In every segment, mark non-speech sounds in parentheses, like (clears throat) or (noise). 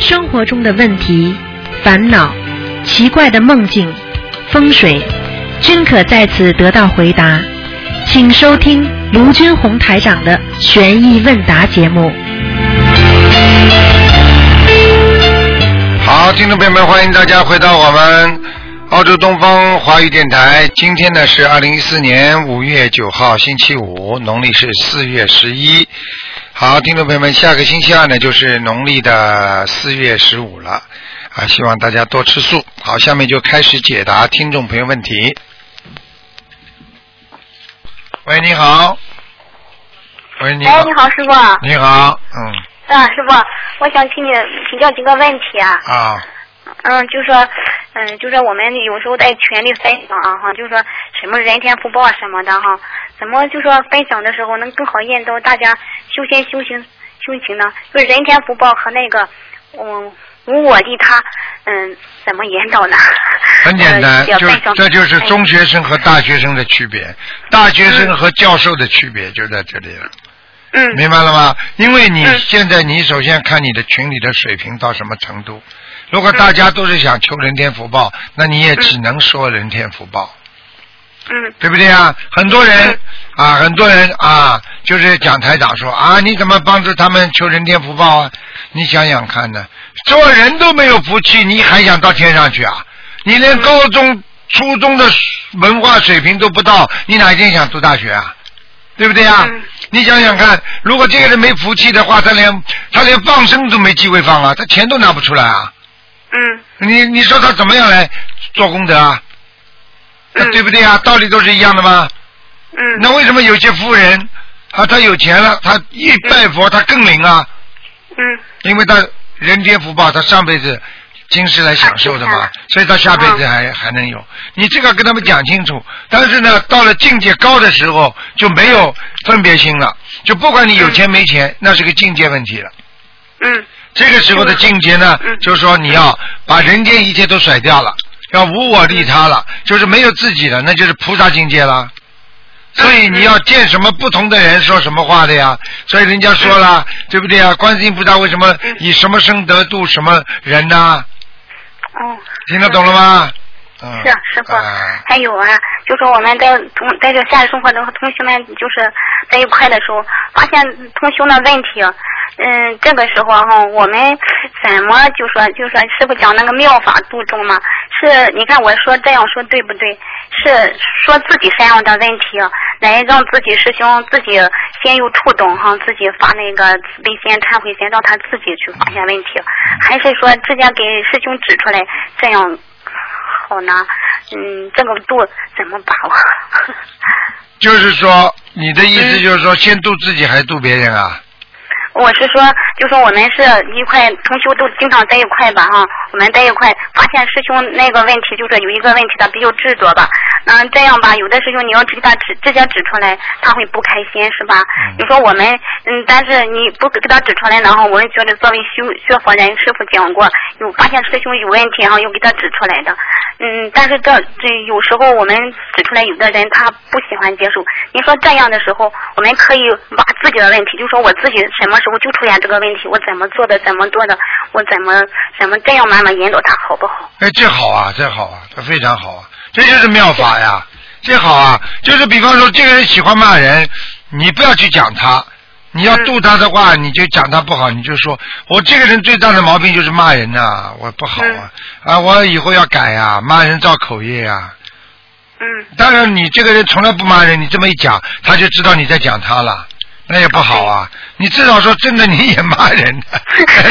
生活中的问题、烦恼、奇怪的梦境、风水，均可在此得到回答。请收听卢军红台长的《悬疑问答》节目。好，听众朋友们，欢迎大家回到我们澳洲东方华语电台。今天呢是二零一四年五月九号，星期五，农历是四月十一。好，听众朋友们，下个星期二呢就是农历的四月十五了啊，希望大家多吃素。好，下面就开始解答听众朋友问题。喂，你好。喂，你哎，好你，好，师傅。你好，嗯啊，师傅，我想请你请教几个问题啊。啊，嗯，就说，嗯，就说我们有时候在群里分享啊哈，就说什么人天福报啊什么的哈，怎么就说分享的时候能更好引导大家修仙修行修行呢？就是人天福报和那个嗯无我利他，嗯，怎么引导呢？ (laughs) 很简单，呃就分享这就是哎中学生和大学生的区别，大学生和教授的区别就在这里了，嗯明白了吗？因为你嗯现在你首先看你的群里的水平到什么程度，如果嗯大家都是想求人天福报，那你也只能说人天福报。嗯对不对啊？很多人嗯啊，很多人啊，就是讲台长说啊，你怎么帮助他们求人天福报啊？你想想看呢，做人都没有福气，你还想到天上去啊？你连高中、初中的文化水平都不到，你哪一天想读大学啊？对不对啊？嗯你想想看，如果这个人没福气的话，他连他连放生都没机会放啊，他钱都拿不出来啊。嗯你你说他怎么样来做功德啊？嗯对不对啊？道理都是一样的吗？嗯那为什么有些富人啊，他有钱了，他一拜佛他更灵啊？嗯因为他人间福报，他上辈子今世来享受的嘛啊，所以他下辈子还、还能有。你这个跟他们讲清楚，但是呢，到了境界高的时候就没有分别心了，就不管你有钱没钱，那是个境界问题了。嗯这个时候的境界呢，嗯就是说你要把人间一切都甩掉了，要无我利他了，就是没有自己的，那就是菩萨境界了。所以你要见什么不同的人说什么话的呀？所以人家说了，对不对呀？观世音菩萨为什么以什么身得度什么人呢、哦，听得懂了吗？嗯，是师傅啊，还有啊，就是我们在同在这夏日生活中和同学们就是在一块的时候，发现同学的问题，嗯，这个时候哈、我们怎么就说就说师傅讲那个妙法度众嘛？是你看我说这样说对不对？是说自己身上的问题，来让自己师兄自己先有触动哈，自己发那个慈悲心、忏悔心，让他自己去发现问题，还是说直接给师兄指出来，这样好呢，嗯，这个度怎么把握？ (laughs) 就是说你的意思就是说，先度自己还是度别人啊？我是说，就说我们是一块同修都经常在一块吧，哈，我们在一块发现师兄那个问题，就是有一个问题他比较执着吧，嗯，这样吧，有的师兄你要给他指直接指出来，他会不开心是吧？你说我们，嗯，但是你不给他指出来，然后我们觉得作为修学佛人，师傅讲过，有发现师兄有问题，然后又给他指出来的，嗯，但是这这有时候我们指出来，有的人他不喜欢接受。你说这样的时候，我们可以把自己的问题，就说我自己什么时候就出现这个问题，我怎么做的，怎么做的，我怎么怎么这样慢慢引导他，好不好？哎，这好啊，这好啊，这非常好啊，这就是妙法呀，这好啊，就是比方说这个人喜欢骂人，你不要去讲他，你要度他的话，你就讲他不好，你就说我这个人最大的毛病就是骂人呐、我不好啊，啊，我以后要改呀、骂人造口业呀、嗯当然，你这个人从来不骂人，你这么一讲，他就知道你在讲他了，那也不好啊。你至少说真的，你也骂人的。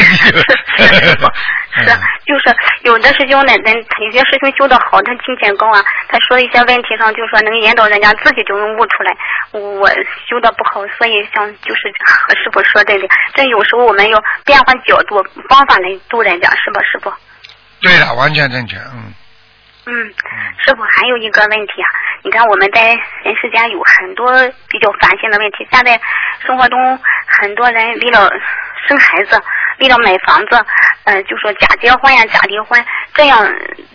是是是，啊就是有的师兄呢，人有些师兄修的好，他境界高啊，他说一些问题上，就说能引导人家自己就能悟出来。我修的不好，所以像就是和师傅说这里，这有时候我们要变换角度、方法来度人家，是吧，师傅？对了，完全正确，嗯。嗯，师傅还有一个问题啊，你看我们在人世间有很多比较烦心的问题，现在生活中很多人为了生孩子，为了买房子，嗯、就说假结婚呀、假离婚，这样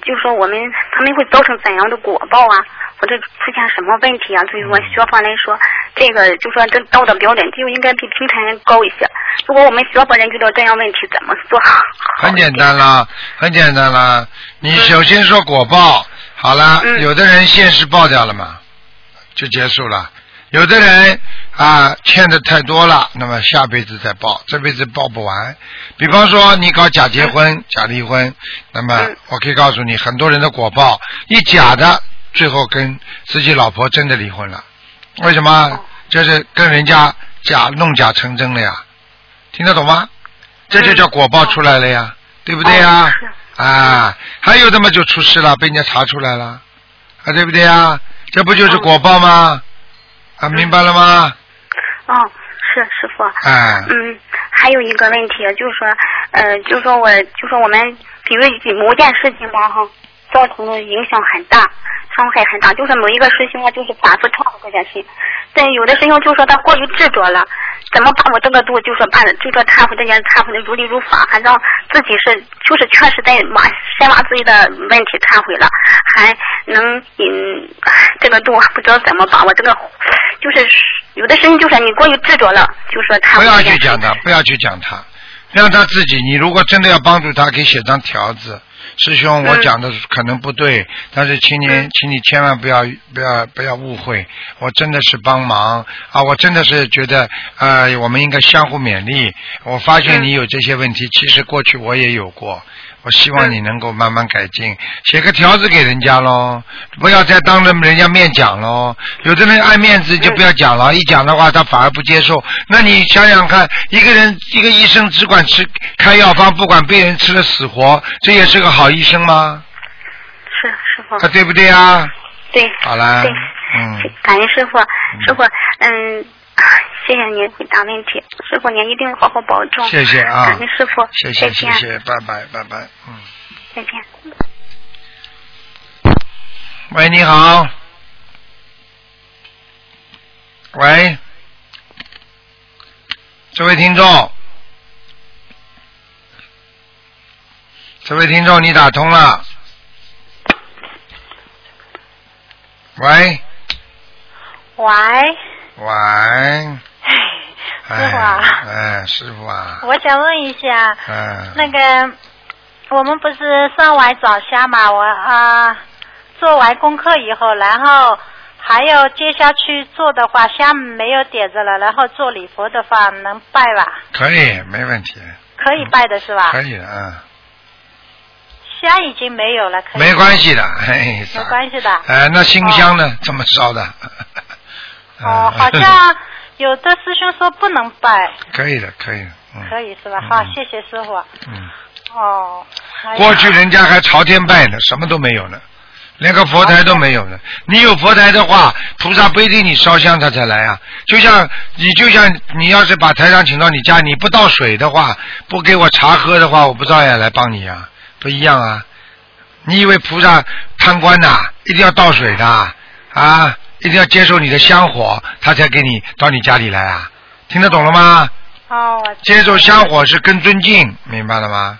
就说我们他们会造成怎样的果报啊？或者出现什么问题啊？对于我学佛来说，这个就说这道德标准就应该比平常人高一些。如果我们学佛人遇到这样问题，怎么做？很简单啦，很简单啦。你首先说果报，好啦，嗯有的人现实报掉了嘛，就结束了。有的人啊欠的太多了，那么下辈子再报，这辈子报不完。比方说你搞假结婚、假离婚，那么嗯我可以告诉你，很多人的果报，一假的最后跟自己老婆真的离婚了，为什么哦？这是跟人家假弄假成真了呀，听得懂吗？这就叫果报出来了呀，对不对呀哦？是啊，还有的嘛就出事了，被人家查出来了，啊，对不对呀？这不就是果报吗？啊，明白了吗？哦，是师傅。哎，嗯，还有一个问题就是说，呃，就说我就说我们比如某件事情吧哈，造成的影响很大，伤害很大。就是某一个师兄啊，就是反复忏悔这件事，但有的师兄就说他过于执着了，怎么把我这个度就说把就说忏悔这件事忏悔的如理如法，还让自己是就是确实在把先把自己的问题忏悔了，还能嗯这个度不知道怎么把握这个就是。有的师兄就说你过于执着了，就说忏不悔要这件去事讲他，不要去讲他，让他自己。你如果真的要帮助他，可以写张条子。师兄，我嗯讲的可能不对，但是请你，嗯请你千万不要不要不要误会，我真的是帮忙啊，我真的是觉得呃，我们应该相互勉励。我发现嗯你有这些问题，其实过去我也有过，我希望嗯你能够慢慢改进，写个条子给人家喽，不要再当着人家面讲喽。有的人爱面子就不要讲了，一讲的话他反而不接受。那你想想看，一个人一个医生只管吃开药方，不管病人吃的死活，这也是个好医生吗？是师傅，啊，对不对啊？对，好啦嗯对，嗯，感恩师傅，师傅，嗯， (laughs) 谢谢您回答问题，师傅您一定好好保重，谢谢啊感恩嗯师傅，谢谢再谢见，谢，拜拜拜拜，嗯。再见。喂，你好。喂，这位听众，这位听众，你打通了。喂，喂，喂，哎，师傅啊，哎，师傅啊，我想问一下，嗯，那个我们不是上完早霞嘛，我啊、做完功课以后，然后还有接下去做的话，下面没有点子了，然后做礼佛的话能拜吧？可以，没问题，可以拜的是吧？可以的，嗯，虾已经没有了，可以没关系的，嘿，没关系的。哎，那新香呃呢？怎么烧的？哦，(laughs) 好像有的师兄说不能拜，可以的，可以的，嗯，可以是吧？嗯好，谢谢师傅。嗯，哦，哎呀过去人家还朝天拜呢，什么都没有呢，连个佛台都没有呢。你有佛台的话，菩萨不一定你烧香他才来啊。就像你就像你要是把台长请到你家，你不倒水的话，不给我茶喝的话，我不照样来帮你啊，不一样啊。你以为菩萨贪官呐、一定要倒水的啊啊，一定要接受你的香火，他才给你到你家里来啊？听得懂了吗？哦，我接受香火是更尊敬，明白了吗？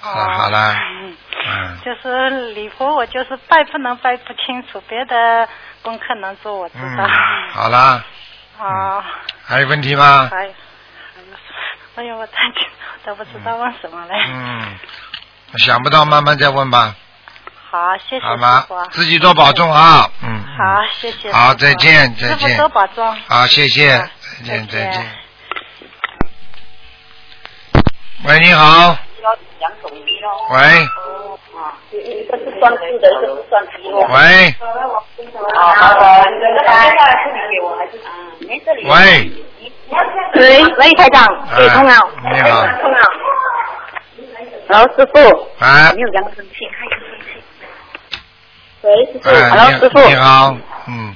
好了哦好了，嗯嗯，就是礼佛，我就是拜不能拜不清楚，别的功课能做我知道 (laughs) 嗯。，好啦，哦，还有问题吗？还有，哎呦，我太久都不知道问什么嘞。嗯，想不到慢慢再问吧，好，谢谢好师吗傅。？自己多保重啊，嗯，好，谢谢师傅。好再见再师见傅多保重。好，谢谢，啊再见再再见见。喂，你好。喂一个是算数的，一个不算数的。喂好好好，你的电话是你给我还是？没事。喂，喂喂，台长，给通了。哎你好通了。老师傅，哎没有杨生气，喂，师傅，Hello，哎，师傅你，你好，嗯，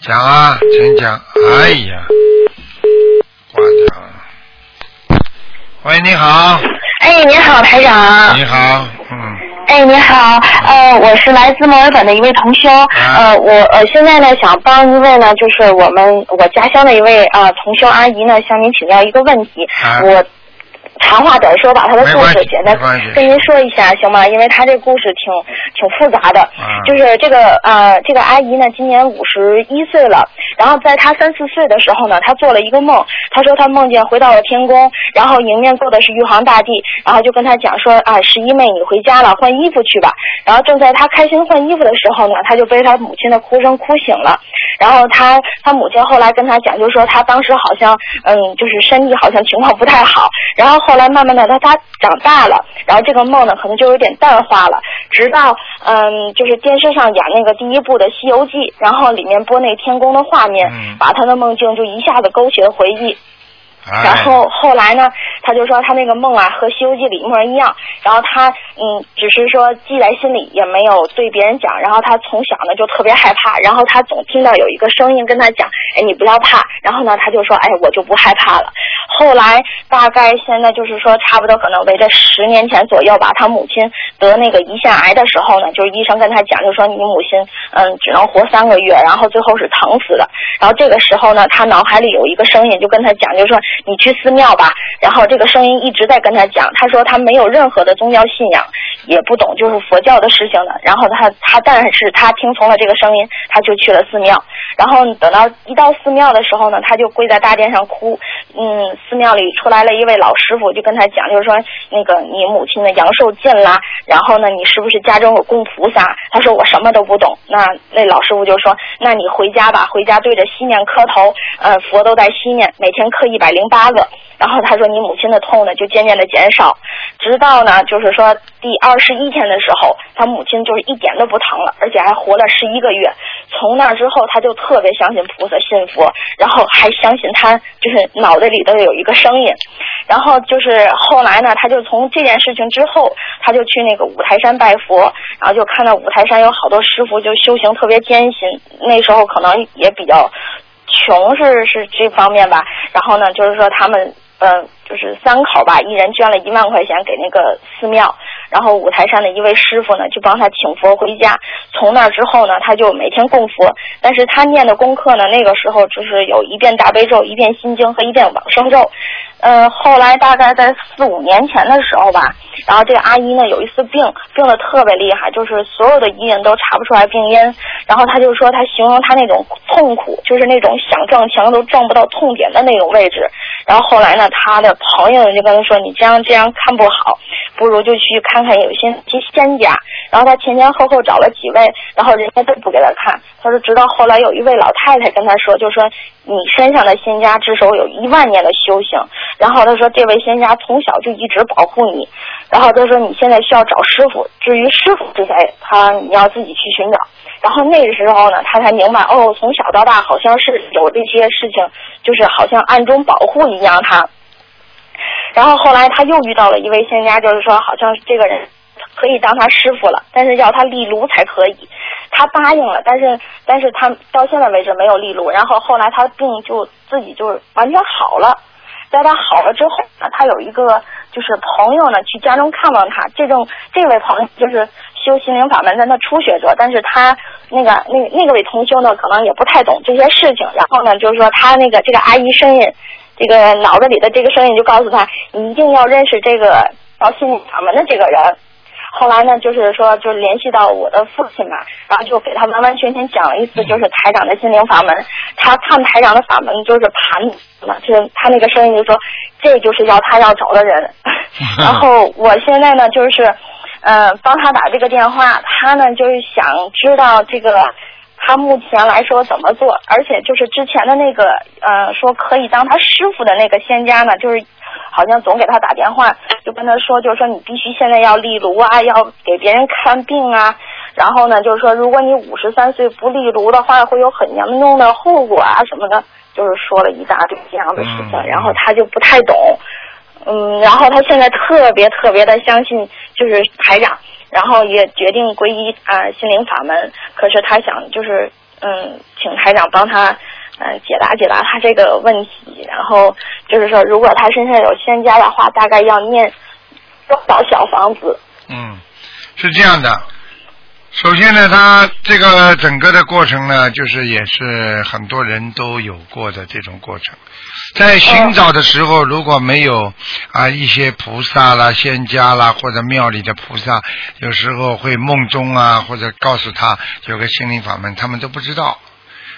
讲啊，请讲。哎呀，挂掉了。喂，你好，哎，您好，台长。你好，嗯。哎，您好，呃，我是来自墨尔本的一位同修，啊呃，我呃现在呢想帮一位呢，就是我们我家乡的一位啊、呃同修阿姨呢，向您请教一个问题。啊我长话短说，把他的没故关事系简单没关系跟您说一下，行吗？因为他这故事挺挺复杂的。嗯就是这个呃，这个阿姨呢，今年五十一岁了。然后在她三四岁的时候呢，她做了一个梦，她说她梦见回到了天宫，然后迎面坐的是玉皇大帝，然后就跟她讲说啊，十一妹你回家了，换衣服去吧。然后正在她开心换衣服的时候呢，她就被她母亲的哭声哭醒了。然后她她母亲后来跟她讲，就说她当时好像嗯，就是身体好像情况不太好。然后后来慢慢的她她长大了，然后这个梦呢可能就有点淡化了，直到嗯，就是电视上演那个第一部的《西游记》，然后里面播那天宫的画面，嗯把她的梦境就一下子勾起了回忆。哎然后后来呢，他就说他那个梦啊和《西游记》里一模一样，然后他嗯只是说记在心里，也没有对别人讲。然后他从小呢就特别害怕，然后他总听到有一个声音跟他讲，哎你不要怕。然后呢他就说，哎我就不害怕了。后来大概现在就是说差不多可能围着十年前左右吧，他母亲得那个胰腺癌的时候呢，就是医生跟他讲，就说你母亲嗯只能活三个月，然后最后是疼死的。然后这个时候呢，他脑海里有一个声音就跟他讲，就说你去寺庙吧。然后这个声音一直在跟他讲，他说他没有任何的宗教信仰，也不懂就是佛教的事情的。然后他他但是他听从了这个声音，他就去了寺庙。然后等到一到寺庙的时候呢，他就跪在大殿上哭。嗯，寺庙里出来了一位老师傅，就跟他讲，就是说那个你母亲的阳寿尽啦，然后呢，你是不是家中有供菩萨？他说我什么都不懂。那那老师傅就说，那你回家吧，回家对着西面磕头，呃，佛都在西面，每天磕一百零八个。然后他说你母亲的痛呢就渐渐的减少，直到呢就是说第二十一天的时候，他母亲就是一点都不疼了，而且还活了十一个月。从那之后，他就特别相信菩萨、信佛，然后还相信他就是脑袋里头有一个声音。然后就是后来呢，他就从这件事情之后，他就去那个五台山拜佛，然后就看到五台山有好多师傅就修行特别艰辛，那时候可能也比较穷是是这方面吧。然后呢，就是说他们呃，就是三口吧，一人捐了一万块钱给那个寺庙，然后五台山的一位师傅呢，就帮他请佛回家。从那之后呢，他就每天供佛，但是他念的功课呢，那个时候就是有一遍大悲咒、一遍心经和一遍往生咒。呃，后来大概在四五年前的时候吧，然后这个阿姨呢有一次病，病的特别厉害，就是所有的医院都查不出来病因。然后她就说，她形容她那种痛苦，就是那种想撞墙都撞不到痛点的那种位置。然后后来呢，她的朋友就跟她说，你这样这样看不好，不如就去看看有一些些仙家。然后她前前后后找了几位，然后人家都不给她看。她说，直到后来有一位老太太跟她说，就说你身上的仙家至少有一万年的修行。然后她说，这位仙家从小就一直保护你。然后她说，你现在需要找师傅，至于师傅是谁，她你要自己去寻找。然后那个时候呢，她才明白，哦，从小到大好像是有这些事情，就是好像暗中保护一样她。然后后来她又遇到了一位仙家，就是说好像这个人可以当他师傅了，但是要他立炉才可以。他答应了，但是但是他到现在为止没有立炉。然后后来他病就自己就完全好了。在他好了之后呢，他有一个就是朋友呢去家中看望他，这种这位朋友就是修心灵法门的那初学者，但是他那个那那个位同修呢，可能也不太懂这些事情，然后呢，就是说他那个这个阿姨声音，这个脑子里的这个声音就告诉他，你一定要认识这个到心灵法门的这个人。后来呢，就是说，就联系到我的父亲吧，然后就给他完完全全讲了一次，就是台长的心灵法门。他看台长的法门就是盘嘛，就是他那个声音就说，这就是要他要找的人。 (laughs) 然后我现在呢，就是，呃，帮他打这个电话，他呢就是想知道这个。他目前来说怎么做，而且就是之前的那个呃，说可以当他师傅的那个仙家呢，就是好像总给他打电话，就跟他说，就是说你必须现在要立炉啊，要给别人看病啊，然后呢，就是说如果你五十三岁不立炉的话，会有很严重的后果啊什么的，就是说了一大堆这样的事情，嗯然后他就不太懂，嗯，然后他现在特别特别的相信就是台长，然后也决定皈依啊、心灵法门。可是他想就是嗯，请台长帮他嗯、呃解答解答他这个问题。然后就是说，如果他身上有仙家的话，大概要念多少小房子？嗯，是这样的，首先呢，他这个整个的过程呢，就是也是很多人都有过的这种过程。在寻找的时候，如果没有啊一些菩萨啦、仙家啦或者庙里的菩萨，有时候会梦中啊，或者告诉他有个心灵法门，他们都不知道。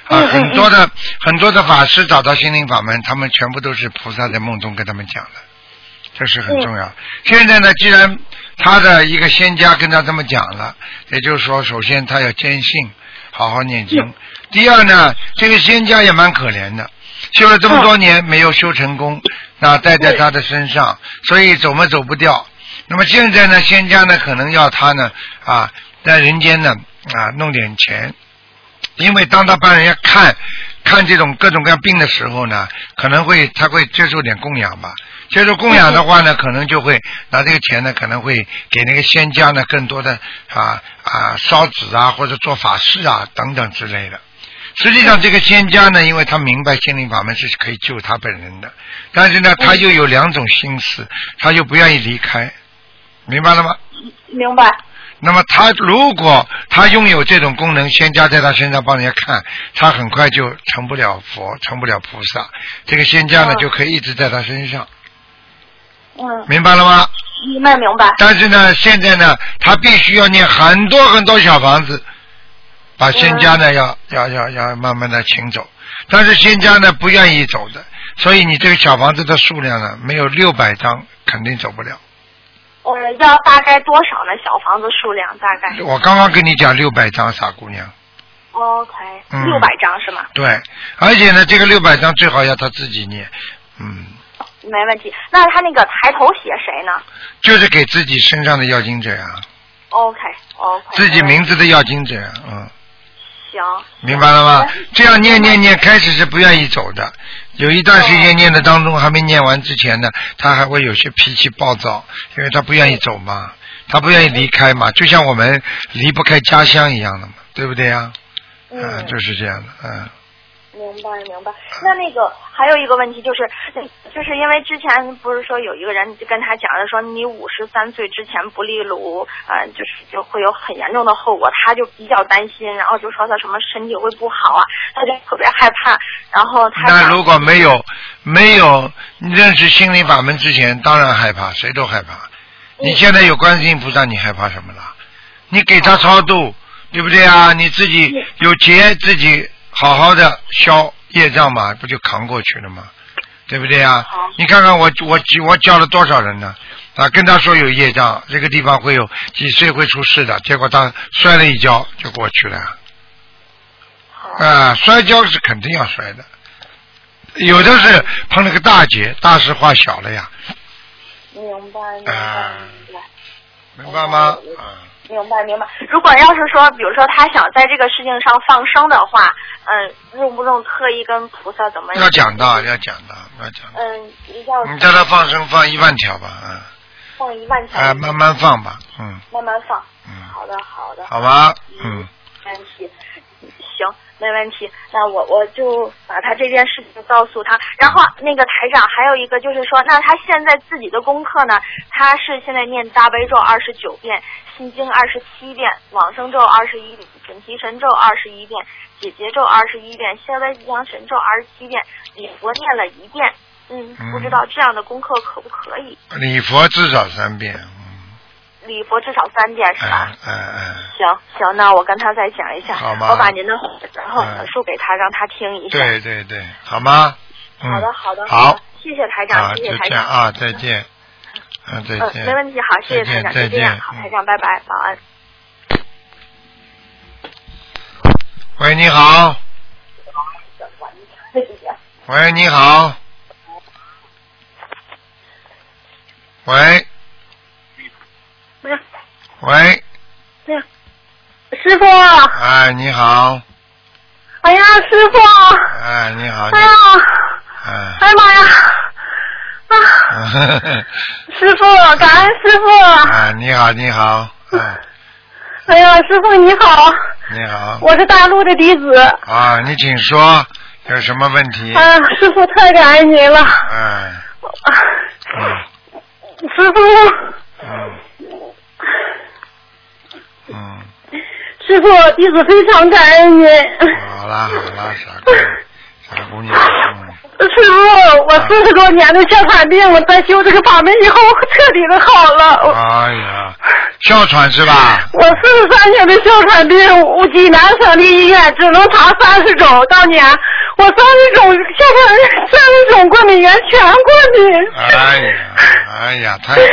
啊，很多的很多的法师找到心灵法门，他们全部都是菩萨在梦中跟他们讲的，这是很重要。现在呢，既然他的一个仙家跟他这么讲了，也就是说，首先他要坚信，好好念经。第二呢，这个仙家也蛮可怜的，修了这么多年没有修成功，那带在他的身上，所以走嘛走不掉。那么现在呢，仙家呢可能要他呢啊，在人间呢啊弄点钱，因为当他帮人家看看这种各种各样病的时候呢，可能会他会接受点供养吧。接受供养的话呢，可能就会拿这个钱呢，可能会给那个仙家呢更多的啊啊烧纸啊，或者做法事啊等等之类的。实际上，这个仙家呢，因为他明白心灵法门是可以救他本人的，但是嗯呢，他又有两种心思，他又不愿意离开，明白了吗？明白。那么他如果他拥有这种功能，仙家在他身上帮人家看，他很快就成不了佛，成不了菩萨。这个仙家呢，嗯就可以一直在他身上，嗯，明白了吗？明白明白。但是呢，现在呢，他必须要念很多很多小房子，把仙家嗯呢要要要要慢慢的请走。但是仙家呢不愿意走的，所以你这个小房子的数量呢，没有六百张肯定走不了。呃，要大概多少呢？小房子数量大概哦我刚刚跟你讲六百张，傻姑娘。 ？OK，嗯六百张是吗？对，而且呢，这个六百张最好要他自己念，嗯，没问题。那他那个抬头写谁呢就是给自己身上的要经者啊，哦？OK OK。自己名字的要经者，嗯。行。明白了吗？这样念念念，开始是不愿意走的，有一段时间念的当中还没念完之前呢，他还会有些脾气暴躁，因为他不愿意走嘛，他不愿意离开嘛，就像我们离不开家乡一样的嘛，对不对呀？嗯啊就是这样的，嗯，明白明白，那那个还有一个问题就是，嗯就是因为之前不是说有一个人就跟他讲的说，你五十三岁之前不立炉，呃，就是就会有很严重的后果，他就比较担心，然后就说他什么身体会不好啊，他就特别害怕，然后他那想如果没有没有认识心灵法门之前，当然害怕，谁都害怕。你现在有观世音菩萨，你害怕什么了？你给他超度，对不对啊？你自己有劫，自己好好的消业障嘛，不就扛过去了吗？对不对啊？你看看我我我教了多少人呢？啊，跟他说有业障，这个地方会有几岁会出事的，结果他摔了一跤就过去了呀。啊，摔跤是肯定要摔的，有的是碰了个大劫，大事化小了呀，明白明白啊明白明白吗？啊，明白明白。如果要是说，比如说他想在这个事情上放生的话，嗯，用不用特意跟菩萨怎么要讲到，要讲到，要讲到。嗯，要你叫他放生放一万条吧，啊，放一万条啊，慢慢放吧，嗯慢慢放。嗯，好的，好的，好吧，嗯，没问题。行，没问题。那我我就把他这件事情告诉他。然后那个台长还有一个就是说，那他现在自己的功课呢？他是现在念大悲咒二十九遍，心经二十七遍，往生咒二十一遍，准提神咒二十一遍，解结咒二十一遍，消灾吉祥神咒二十七遍，礼佛念了一遍。嗯，不知道这样的功课可不可以？礼佛至少三遍，礼佛至少三遍是嗯，吧？哎哎哎，行行，那我跟他再讲一下，好吗我把您的然后嗯转述给他，让他听一下。对对对，好吗？嗯，好的，好的，好，，谢谢台啊，长，谢就谢台这样长，啊，再见，嗯，再嗯，见，没问题，好，谢谢台长，再见就这再样，见好，嗯台长，拜拜，保安。喂，你好。喂，你好。喂。哎喂。师傅，啊哎，你好。哎呀，师傅，哎，你好。哎呀，哎。哎呀妈呀，啊，师傅，感恩师傅，啊哎，你好，你好。哎，哎呀，师傅你好，你好。我是大陆的弟子，啊，你请说，有什么问题？啊，师傅太感恩您了，哎，啊嗯师傅，嗯嗯傅，弟子非常感恩您。好啦好啦，傻姑娘，傻姑娘，嗯师傅，我四十多年的哮喘病，我在修这个法门以后，我彻底的好了。我哎呀，哮喘是吧？我四十三年的哮喘病，我济南省立医院只能查三十种，当年我三十种哮喘三十种过敏源全过敏。哎呀，哎呀，太好了。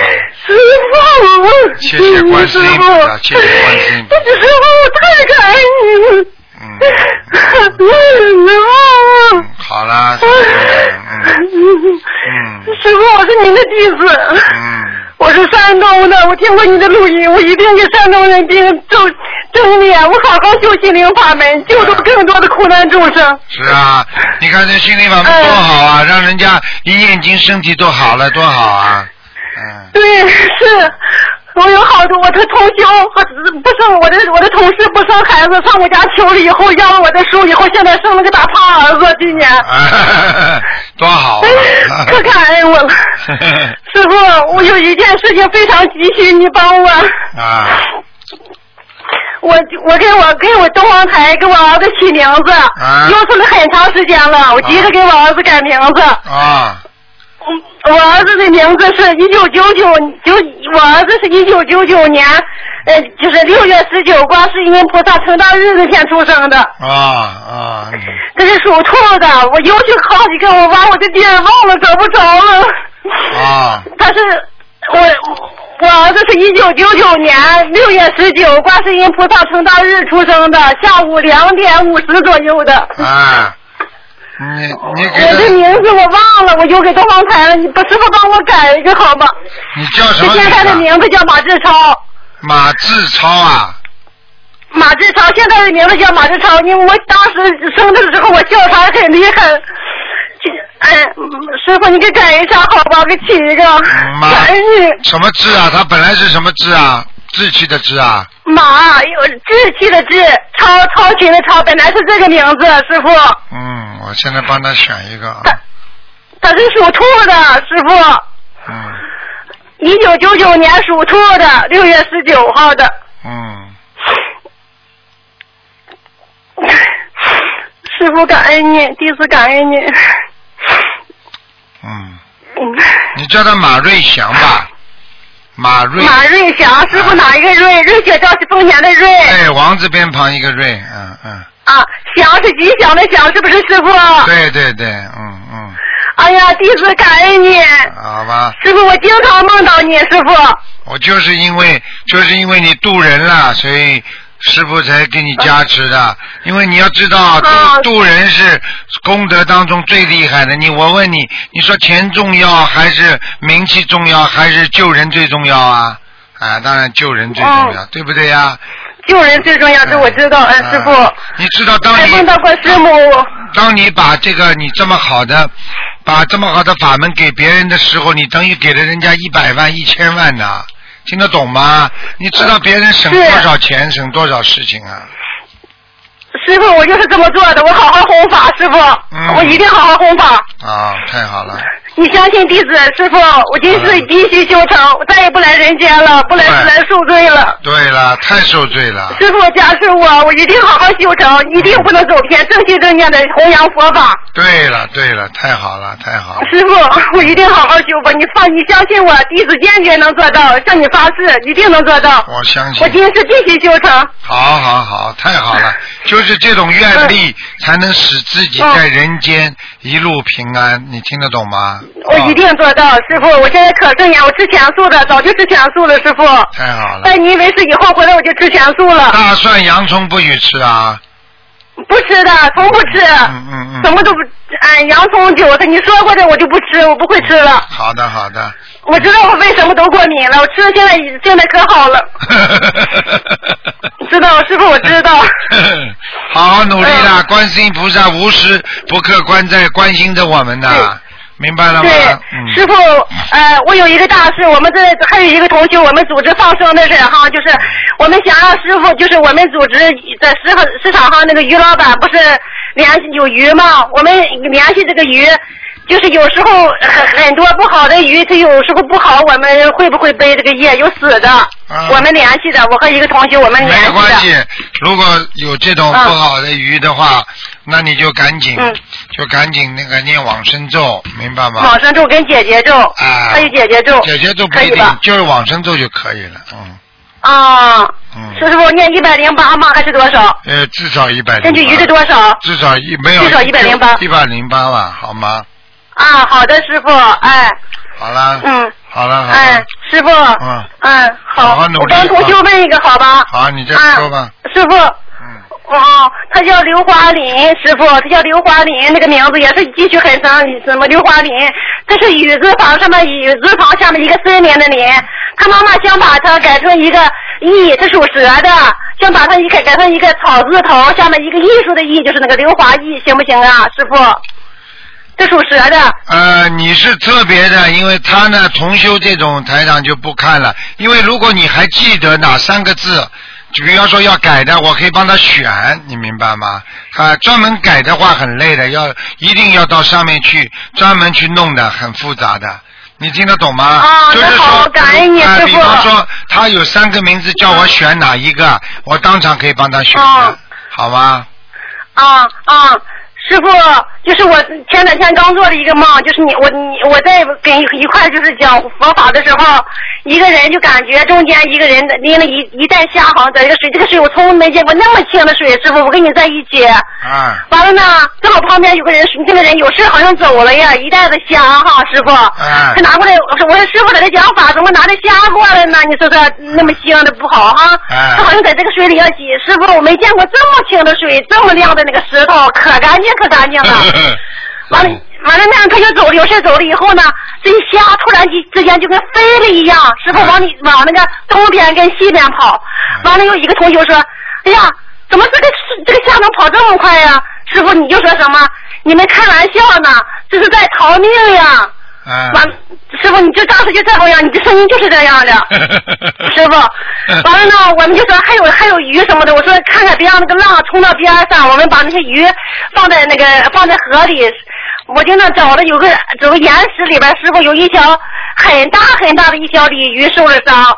师傅，我谢谢观世师音菩傅，萨，谢谢观世音菩萨。师傅，我太感恩您了。嗯， (laughs) 师傅嗯，好啦，傻姑娘，嗯 (laughs) 嗯师傅，我是您的弟子。嗯，我是山东的，我听过你的录音，我一定给山东人民正正念，我好好修心灵法门，救度更多的苦难众生。是啊，你看这心灵法门多好啊，让人家一念经身体都好了，多好啊， (laughs) 嗯。对，是。我有好多我的同修和不生我的我的同事不生孩子，上我家求了以后要了我的书以后，现在生了个大胖儿子，今年，啊，多好啊！ (laughs) 可感恩我了。师傅，我有一件事情非常急需你帮我。啊我我给我给我东方台给我儿子起名字，啊忧愁了很长时间了，我急着给我儿子改名字。 (laughs) 啊嗯我儿子的名字是一九九九九，我儿子是一九九九年，呃，就是六月十九观世音菩萨成道日那天出生的，啊啊！嗯这是属兔的。我尤其好几个，我把我的地儿忘了，找不着了。啊他是我我儿子是一九九九年六月十九观世音菩萨成道日出生的，下午两点五十左右的。啊！你你给哎我的他，名字我忘了，我就给东方台了。你把师傅帮我改一个好吗？你叫什这么现在的名字？啊名字叫马志超，马志超啊！马志超现在的名字叫马志超。因为我当时生的时候我哮喘很厉害，这哎，师傅你给改一下好吧？我给起一个嗯马感恩你。什么志啊？他本来是什么志啊？志气的志啊！马有志气的志，超超群的超，本来是这个名字，师傅，嗯，我现在帮他选一个啊。他是属兔的，师傅，嗯一九九九年属兔的，六月十九号的。嗯，师傅感恩你，弟子感恩你。嗯，嗯你叫他马瑞祥吧。马瑞，啊马瑞祥，师傅哪一个瑞？瑞雪兆是丰年的瑞哎，王字边旁一个瑞，嗯嗯，啊，祥是吉祥的祥，是不是师傅？对对对，嗯嗯，哎呀，弟子感恩你，师好吧。傅，我经常梦到你，师傅。我就是因为就是因为你渡人了，所以师傅才给你加持的。因为你要知道，啊渡渡人是功德当中最厉害的。你我问你，你说钱重要还是名气重要，还是救人最重要啊？啊，当然救人最重要，对不对呀、救人最重要，这我知道，哎，师傅。嗯你知道当还你梦到过师母，当你把这个你这么好的，把这么好的法门给别人的时候，你等于给了人家一百万、一千万呐、听得懂吗？你知道别人省是多少钱，省多少事情啊？师傅，我就是这么做的，我好好弘法，师傅，嗯我一定好好弘法。啊，太好了，你相信弟子，师傅，我今世嗯必须修成，我再也不来人间了，不来对自然受罪了。对了，太受罪了，师傅加持我，我一定好好修成，一定不能走偏，正心正念的弘扬佛法。对了，对了，太好了，太好了，师傅， (laughs) 我一定好好修吧，你放，你相信我，弟子坚决能做到，向你发誓，一定能做到。我相信我。今世必须修啊成。好好好，太好了，就是这种愿嗯力才能使自己在人间一路平安，你听得懂吗？我啊一定做到，师傅！我现在可正眼，我吃全素的，早就吃全素了，师傅。太好了拜，您为师以后回来我就吃全素了，大蒜、洋葱不许吃啊！不吃的，从不吃，嗯嗯嗯。什么都不，哎，洋葱、韭菜，你说过的我就不吃，我不会吃了。好的，好的。 (laughs) 我知道我为什么都过敏了，我吃的现在现在可 (laughs) 好了。知道，师傅，我知道。好好努力啦！嗯观世音菩萨无时不刻关在关心着我们呐，明白了吗对？，嗯。师傅，呃，我有一个大事，我们这还有一个同学，我们组织放生的事哈，就是我们想让师傅，就是我们组织在市场市场上那个于老板不是联系有鱼吗？我们联系这个鱼，就是有时候很很多不好的鱼，它有时候不好，我们会不会背这个业？有死的，我们联系的，我和一个同学我们联系嗯没的。关系，如果有这种不嗯好的鱼的话，那你就赶紧、嗯就赶紧那个念往生咒，明白吗？往生咒跟姐姐咒，啊还有姐姐咒，姐姐咒不可一以定吧，？就是往生咒就可以了，嗯啊，师嗯，傅念一百零八吗？还是多少？呃，至少一百根据鱼的多少？至少一没有至少108一百零八吧，好吗？啊，好的，师傅，哎，好啦，嗯，好啦，好哎啦，，师傅，嗯，嗯，好好，好努我力啊帮同修问一个好吧？好，你再啊说吧，师傅，嗯，哦，他叫刘华林，师傅，他叫刘华林，那个名字也是继续很长，什么刘华林，这是雨字旁上面雨字旁下面一个森林的林，他妈妈想把它改成一个艺，是属蛇的，想把它一改改成一个草字头下面一个艺术的艺，就是那个刘华艺，行不行啊，师傅？这属蛇的，呃，你是特别的，因为他呢，重修这种台长就不看了，因为如果你还记得哪三个字，就比方说要改的，我可以帮他选，你明白吗？啊，专门改的话很累的，要一定要到上面去专门去弄的，很复杂的。你听得懂吗？哦就是那说，好感恩你啊师比傅方说，他有三个名字，叫我选哪一个，我当场可以帮他选的，哦好吗？啊啊！师傅，就是我前两天刚做了一个梦，就是你我你我在跟一块儿就是讲佛法的时候，一个人就感觉中间一个人拎了一一袋虾，好像在一个水，这个水我从没见过那么清的水。师傅，我跟你在一起，啊，完了呢，正好旁边有个人，这个人有事好像走了呀，一袋子虾哈，师傅，哎他拿过来，我说我说师傅在这讲法，怎么拿着虾过来呢？你说这那么腥的不好哈，哎他好像在这个水里要洗，师傅我没见过这么清的水，这么亮的那个石头，可干净可干净了。完了，完了呢，他就走了，有事走了以后呢，这虾突然之之间就跟飞了一样，师傅往你往那个东边跟西边跑。完了有一个同学说：“哎呀，怎么这个这个虾能跑这么快呀、师傅你就说什么？你们开玩笑呢？这是在逃命呀！啊，完，师傅你就当时就这样，你这声音就是这样的。师傅，完了呢，我们就说还有还有鱼什么的，我说看看别让那个浪冲到边上，我们把那些鱼放在那个放在河里。我就那找了有个有个岩石里边，师傅有一条很大很大的一条鲤鱼受了伤，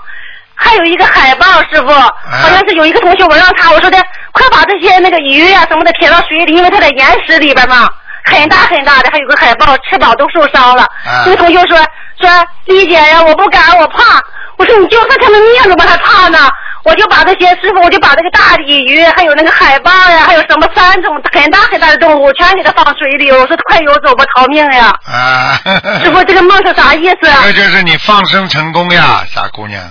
还有一个海豹，师傅好像是有一个同学，我让他我说的快把这些那个鱼呀、什么的撇到水里，因为它在岩石里边嘛，很大很大的，还有个海豹翅膀都受伤了。啊那个同学说说丽姐呀，我不敢，我怕。我说你就算他们命了吧，还怕呢？我就把这些师傅，我就把这个大鲤鱼，还有那个海豹呀，还有什么三种很大很大的动物，全给它放水里。我说快游走吧，逃命呀！啊，师傅，这个梦是啥意思啊？这就是你放生成功呀，傻姑娘。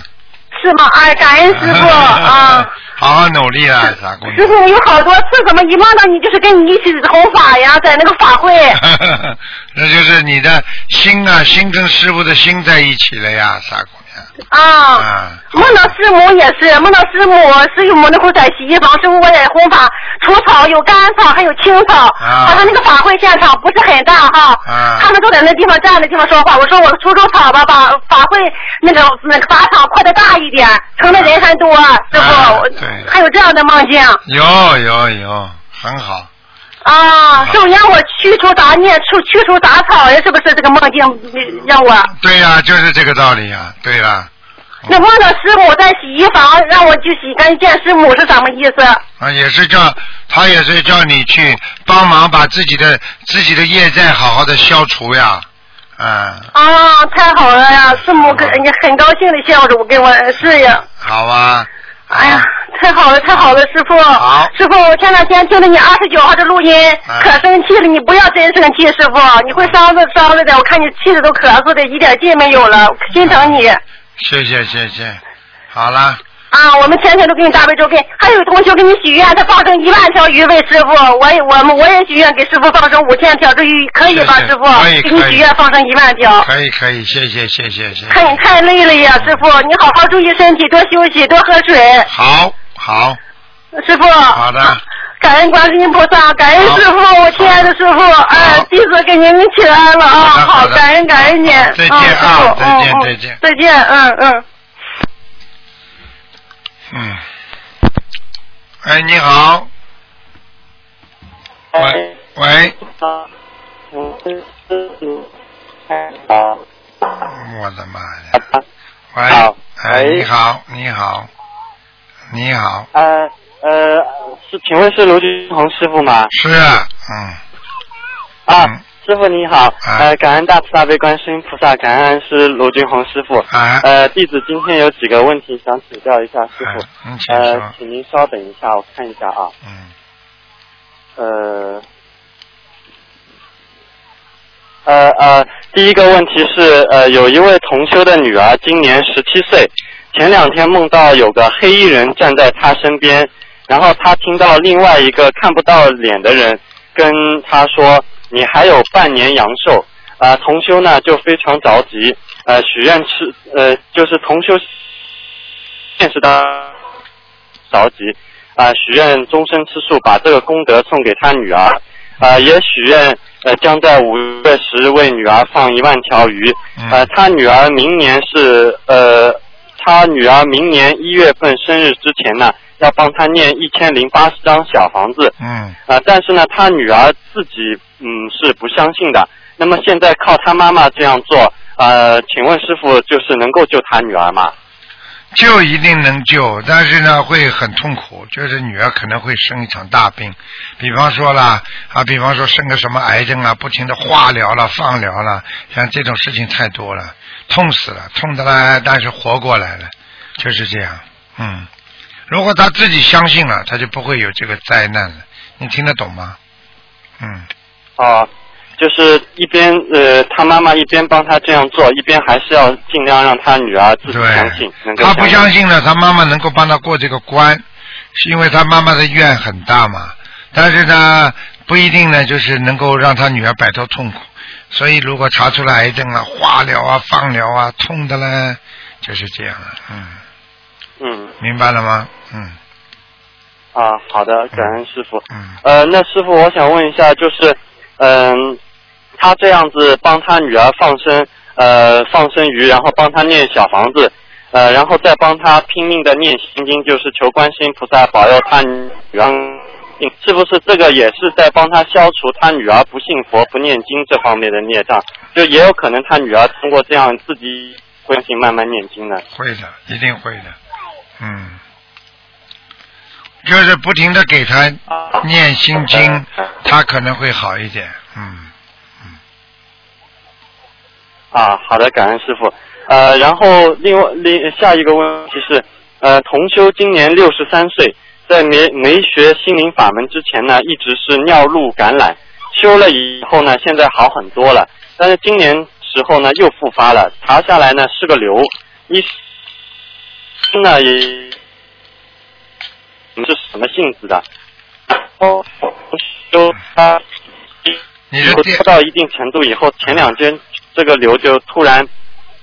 是吗？哎，感恩师傅啊！好好努力啊，傻姑娘。 (laughs) 师傅，有好多次怎么一梦到你就是跟你一起弘法呀，在那个法会。那就是你的心啊，心跟师傅的心在一起了呀，傻姑娘。啊啊，梦到师母也是，梦到师母，师母那会儿在洗衣房，师傅我在烘法，除草有干草，还有青草。啊好像那个法会现场不是很大哈。啊他们都在那地方站的地方说话，我说我除除草吧，把法会那个那个法场扩的大一点，成的人还多，师啊傅。我对还有这样的梦境有有有，很好。啊，师傅让我驱除杂念，除驱除杂草呀，是不是这个梦境让我？对呀、就是这个道理呀、对呀、那梦到师母在洗衣房，让我去洗干净，师母是什么意思？啊，也是叫他也是叫你去帮忙把自己的自己的业债好好的消除呀，啊，啊，太好了呀！师母跟人家很高兴的笑着，我跟我是呀，好啊，哎呀，太好了，太好了，啊师傅。好师傅，我前两天听了你二十九号的录音，嗯可生气了，你不要真生气，师傅，你会伤着伤着的，我看你气的都咳嗽的，一点劲没有了，心疼你。谢谢谢谢，好了，啊，我们天天都给你大悲咒，给还有同学给你许愿，他放生一万条鱼喂师傅，我也我们我也许愿给师傅放生五千条，这鱼可以吧，是是师傅可以？给你可以嗯许愿放生一万条。可以可以，谢谢谢谢谢看你谢，太累了呀，师傅，你好好注意身体，多休息，多喝水。好好师傅。好的，感恩观世音菩萨，感恩好师傅，我亲爱的师傅，哎好，弟子给您请安了啊，好的好好，的感恩感恩您，再见嗯啊师傅再见嗯嗯再见再见，嗯嗯，嗯，哎你好，喂喂，啊，我是啊，我的妈呀！喂好，哎，喂你好，你好，你好，呃呃，是请问是卢俊宏师傅吗？是，嗯，啊，嗯师傅你好，啊呃，感恩大慈大悲观世音菩萨，感恩是卢俊宏师傅。哎，呃，弟子今天有几个问题想请教一下师哎傅，嗯你请呃说，，请您稍等一下，我看一下啊，嗯，呃。呃呃，第一个问题是，呃，有一位同修的女儿今年十七岁，前两天梦到有个黑衣人站在她身边，然后她听到另外一个看不到脸的人跟她说：“你还有半年阳寿。”呃，同修呢就非常着急，呃，许愿吃，呃，就是同修现实当着急，啊、许愿终身吃素，把这个功德送给他女儿。呃，也许愿呃将在五月十为女儿放一万条鱼。呃，他女儿明年是呃，他女儿明年一月份生日之前呢，要帮他念一千零八十张小房子。嗯，呃，但是呢，他女儿自己嗯是不相信的。那么现在靠他妈妈这样做，呃，请问师傅就是能够救他女儿吗？救一定能救，但是呢会很痛苦，就是女儿可能会生一场大病，比方说啦啊，比方说生个什么癌症啊，不停的化疗了、放疗了，像这种事情太多了，痛死了，痛的来，但是活过来了，就是这样，嗯，如果他自己相信了，他就不会有这个灾难了，你听得懂吗？嗯，哦，就是一边呃，他妈妈一边帮他这样做，一边还是要尽量让他女儿自己相信，能对，他够不相信。信了，他妈妈能够帮他过这个关，是因为他妈妈的愿很大嘛。但是呢，不一定呢，就是能够让他女儿摆脱痛苦。所以，如果查出了癌症了，化疗啊、放疗啊，痛的嘞，就是这样了。嗯，嗯明白了吗？嗯啊，好的，感恩师傅。嗯，呃，那师傅，我想问一下，就是嗯、他这样子帮他女儿放生，呃，放生鱼，然后帮他念小房子，呃，然后再帮他拼命的念心经，就是求观世音菩萨保佑他女儿。是不是这个也是在帮他消除他女儿不信佛、不念经这方面的孽障？就也有可能他女儿通过这样自己关心慢慢念经呢？会的，一定会的。嗯，就是不停的给他念心经，他可能会好一点。嗯。啊，好的，感恩师傅。呃，然后另外另下一个问题是，呃，同修今年六十三岁，在没没学心灵法门之前呢，一直是尿路感染，修了以后呢，现在好很多了，但是今年时候呢又复发了，查下来呢是个瘤，医生呢也是什么性质的？哦，修他你的电拖到一定程度以后，前两天这个瘤就突然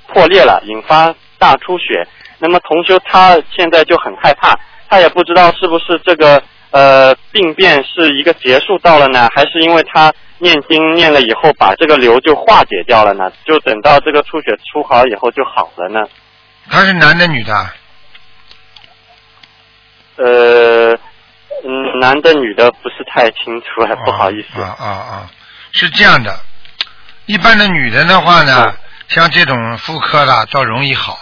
破裂了，引发大出血。那么同修他现在就很害怕，他也不知道是不是这个呃病变是一个结束到了呢，还是因为他念经念了以后把这个瘤就化解掉了呢？就等到这个出血出好以后就好了呢？他是男的女的啊？呃，嗯，男的女的不是太清楚了，不好意思。啊啊啊！是这样的，一般的女人的话呢嗯，像这种妇科啦，倒容易好。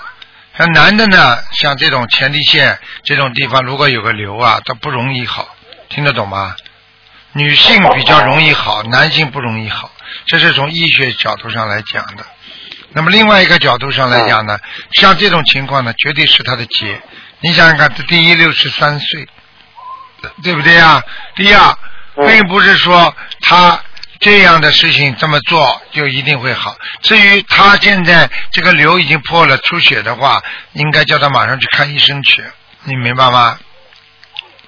像男的呢，像这种前列腺这种地方，如果有个瘤啊，它不容易好，听得懂吗？女性比较容易好，男性不容易好，这是从医学角度上来讲的。那么另外一个角度上来讲呢，像这种情况呢，绝对是他的劫。你想想看，他第一六十三岁，对不对啊？第二，嗯并不是说他这样的事情这么做就一定会好。至于他现在这个瘤已经破了出血的话，应该叫他马上去看医生去，你明白吗？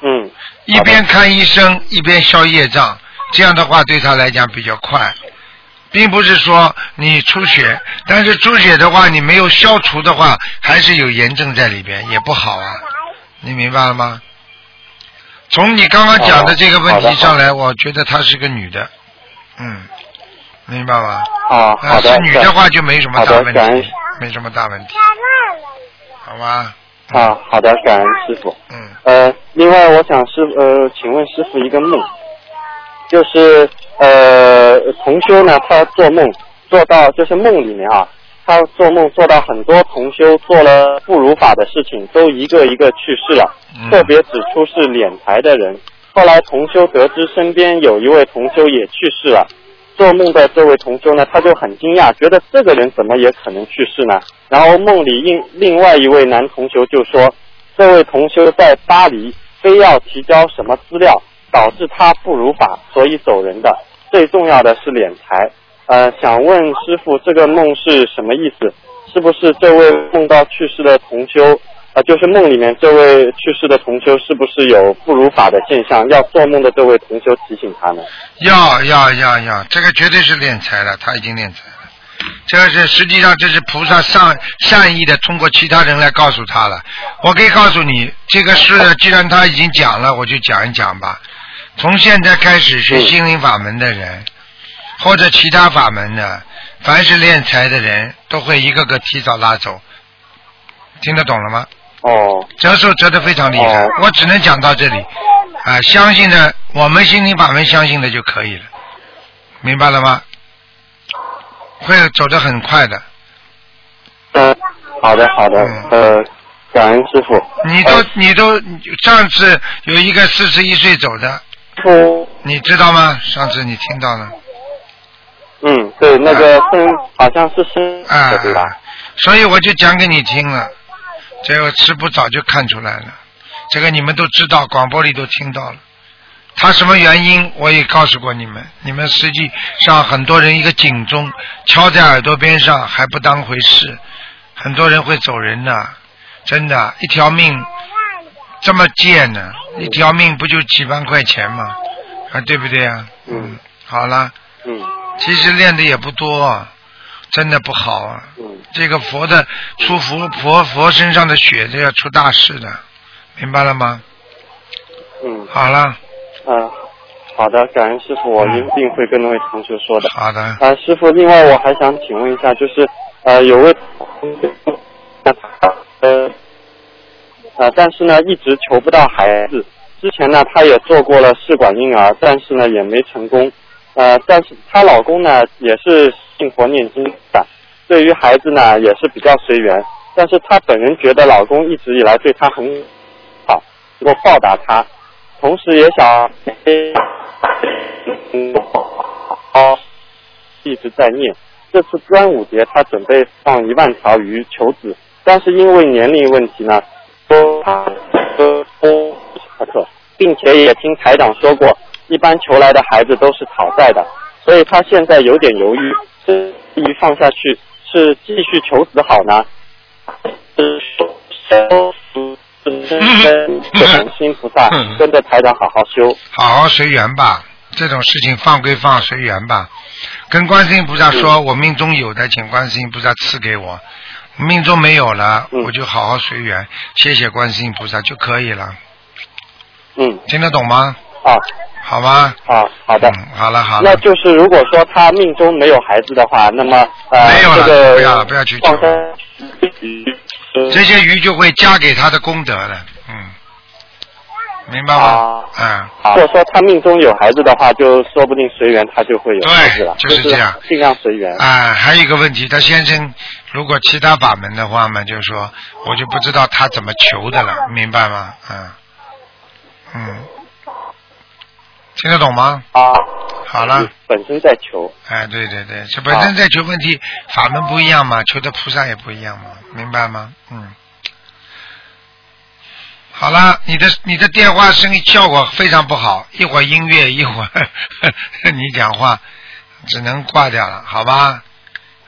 嗯，一边看医生一边消业障，这样的话对他来讲比较快，并不是说你出血，但是出血的话你没有消除的话，还是有炎症在里边，也不好啊。你明白了吗？从你刚刚哦讲的这个问题上来，我觉得她是个女的，嗯，明白吗？啊，好啊，的，是女的感话就没什么好大的问感恩题，没什么大问题，好吧？啊，好的，感恩师傅。嗯，呃，另外我想师呃，请问师傅一个梦，就是呃，同修呢，他做梦做到就是梦里面啊，他做梦做到很多同修做了不如法的事情，都一个一个去世了，特别指出是敛财的人。后来同修得知身边有一位同修也去世了，做梦的这位同修呢，他就很惊讶，觉得这个人怎么也可能去世呢？然后梦里另另外一位男同修就说，这位同修在巴黎非要提交什么资料，导致他不如法，所以走人的。最重要的是敛财。呃，想问师傅，这个梦是什么意思？是不是这位梦到去世的同修，呃，就是梦里面这位去世的同修，是不是有不如法的现象？要做梦的这位同修提醒他呢？要要要要，这个绝对是敛财了，他已经敛财了。这个是实际上这是菩萨善善意的通过其他人来告诉他了。我可以告诉你，这个事呢，既然他已经讲了，我就讲一讲吧。从现在开始学心灵法门的人，或者其他法门的，凡是敛财的人，都会一个个提早拉走。听得懂了吗？哦，折寿折得非常厉害，我只能讲到这里。啊、相信的，我们心灵法门相信的就可以了，明白了吗？会走得很快的。嗯，好的好的，呃，感恩师傅。你都你都上次有一个四十一岁走的，你知道吗？上次你听到了，嗯，对，那个生好像是生啊的对吧？所以我就讲给你听了。这个师傅早就看出来了，这个你们都知道，广播里都听到了。他什么原因我也告诉过你们，你们实际上很多人一个警钟敲在耳朵边上还不当回事，很多人会走人的、真的，一条命这么贱呢、一条命不就几万块钱吗？啊，对不对啊？Hmm. 嗯，好了，嗯，其实练的也不多、啊，真的不好啊。嗯，这个佛的出佛佛佛身上的血，这要出大事的，明白了吗？嗯，好了，嗯，好的，感恩师傅，我一定会跟那位同学说的。好的。啊，师傅，另外我还想请问一下，就是呃，有位呃呃，但是呢，一直求不到孩子。之前呢，她也做过了试管婴儿，但是呢，也没成功。呃，但是她老公呢，也是信佛念经的，对于孩子呢，也是比较随缘。但是她本人觉得老公一直以来对她很好，能够报答她，同时也想，嗯，好。一直在念。这次端午节他准备放一万条鱼求子，但是因为年龄问题呢，说他呃不可可，并且也听台长说过，一般求来的孩子都是讨债的，所以他现在有点犹豫，是鱼放下去是继续求子好呢，是收跟观世音菩萨跟着台长好好修。好好随缘吧，这种事情放归放，随缘吧。跟观世音菩萨嗯说，我命中有的，请观世音菩萨赐给我；命中没有了，嗯我就好好随缘，谢谢观世音菩萨就可以了。嗯，听得懂吗？啊，好吗？嗯啊，好的，好了好了那，就是如果说他命中没有孩子的话，那么呃，没有了这个不要不要去放生这些鱼就会加给他的功德了。嗯，明白吗？嗯，啊如果说他命中有孩子的话，就说不定随缘他就会有孩子了，就是这样，尽量随缘。啊，还有一个问题，他先生如果其他法门的话嘛，就是说我就不知道他怎么求的了，明白吗？嗯，嗯，听得懂吗？啊，好了，本身在求，啊哎，对对对，这本身在求问题，法门不一样嘛，求的菩萨也不一样嘛，明白吗？嗯。好了，你的你的电话声音效果非常不好，一会儿音乐，一会儿 (laughs) 你讲话，只能挂掉了，好吧？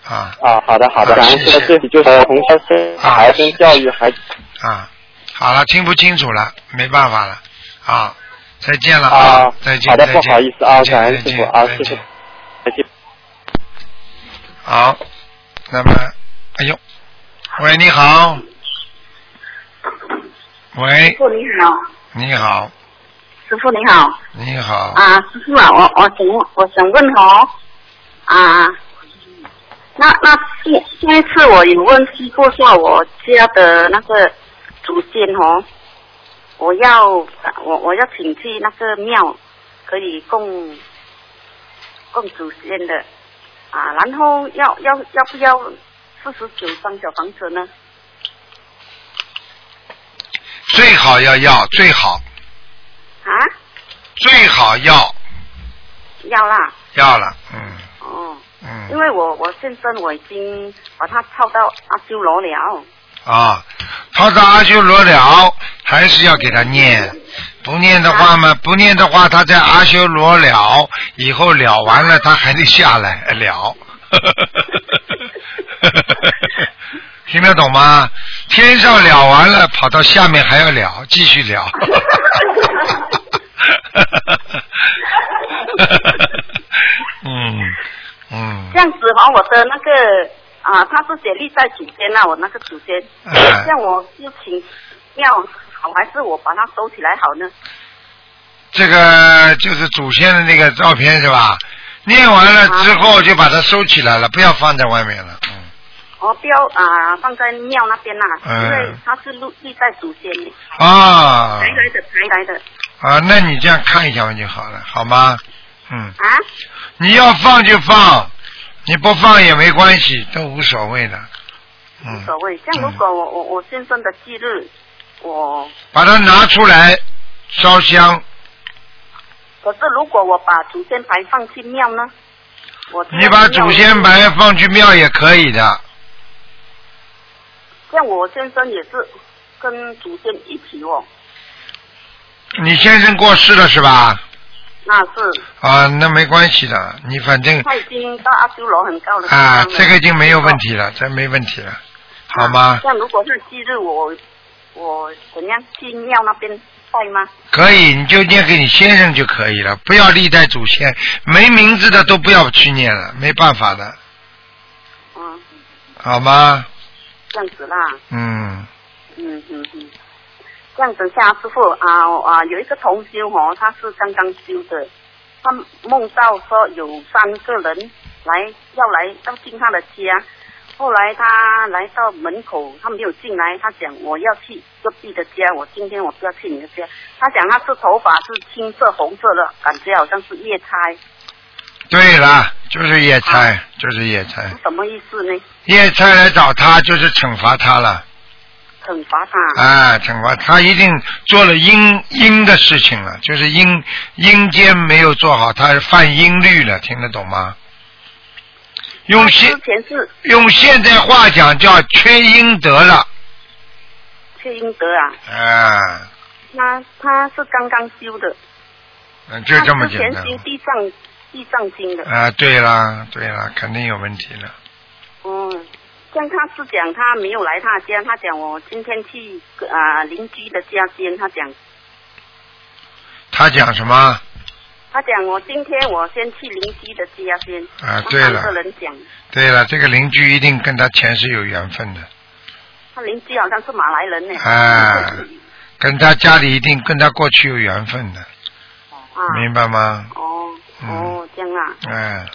啊啊，好的好的，啊感恩谢啊师谢傅，这里就是红烧生孩子教育孩子。啊，好了，听不清楚了，没办法了，啊，再见了啊再见，好的再见不好意思啊再见感恩再见师傅啊再师见傅再见。好，那么，哎呦，喂，你好，喂师，傅你好，你好，师傅你好你好，啊，师傅啊，我我想问我想问哦，啊，那那上上一次我有问题过下我家的那个祖先哦，我要我我要请去那个庙，可以供供祖先的啊，然后要要要不要四十九张小房子呢？最好要要最好啊，最好要要啦，要了，嗯哦，因嗯为我我先生我已经把他抄到阿修罗了，啊，抛到阿修罗了，还是要给他念，不念的话嘛，不念的话，他在阿修罗了以后了完了，他还得下来了。听得懂吗？天上了完了，跑到下面还要了，继续了。嗯嗯这样子哈、我的那个啊，他是写历代祖先呐、我那个祖先，哎这样我就请庙好还是我把它收起来好呢？这个就是祖先的那个照片是吧？念完了之后就把它收起来了，不要放在外面了。哦，不要啊、放在庙那边呐、嗯因为他是历历代祖先，啊排来的排来的啊，那你这样看一下嘛就好了，好吗？嗯，啊，你要放就放，你不放也没关系，都无所谓的。无嗯，所谓。这样如果我我我先生的忌日，我把它拿出来烧香，可是如果我把祖先牌放去庙呢？我你把祖先牌放去庙也可以的。像我先生也是跟祖先一起哦，你先生过世了是吧？那是啊，那没关系的，你反正他已经到阿修罗很高的地方了啊，这个已经没有问题了，这没问题了，好吗？啊像如果是忌日，我我怎样去庙那边拜吗？可以，你就念给你先生就可以了，不要历代祖先，没名字的都不要去念了，没办法的，嗯，好吗？这样子啦。嗯，嗯嗯嗯，这样等下师傅啊啊，有一个同修哦，他是刚刚修的，他梦到说有三个人来要来要进他的家，后来他来到门口，他没有进来，他讲我要去隔壁的家，我今天我不要去你的家，他讲他是头发是青色红色的，感觉好像是夜叉，对了，就是野菜，就是野菜，什么意思呢？野菜来找他就是惩罚他了，惩罚他，啊，惩罚他一定做了阴阴的事情了，就是阴阴间没有做好，他是犯阴律了，听得懂吗？用现之前是用现代话讲叫缺阴德了，缺阴德啊，啊，他他是刚刚修的。嗯就这么简他单之前修地藏地藏经的，啊。对啦，对啦，肯定有问题了。嗯，像他是讲他没有来他家，他讲我今天去啊、呃邻居的家间，他讲他讲什么？他讲我今天我先去邻居的家先，啊他对了三个人讲，对了，这个邻居一定跟他前世有缘分的，他邻居好像是马来人呢，啊，跟他家里一定跟他过去有缘分的，啊，明白吗？哦嗯哦这样啊，哎，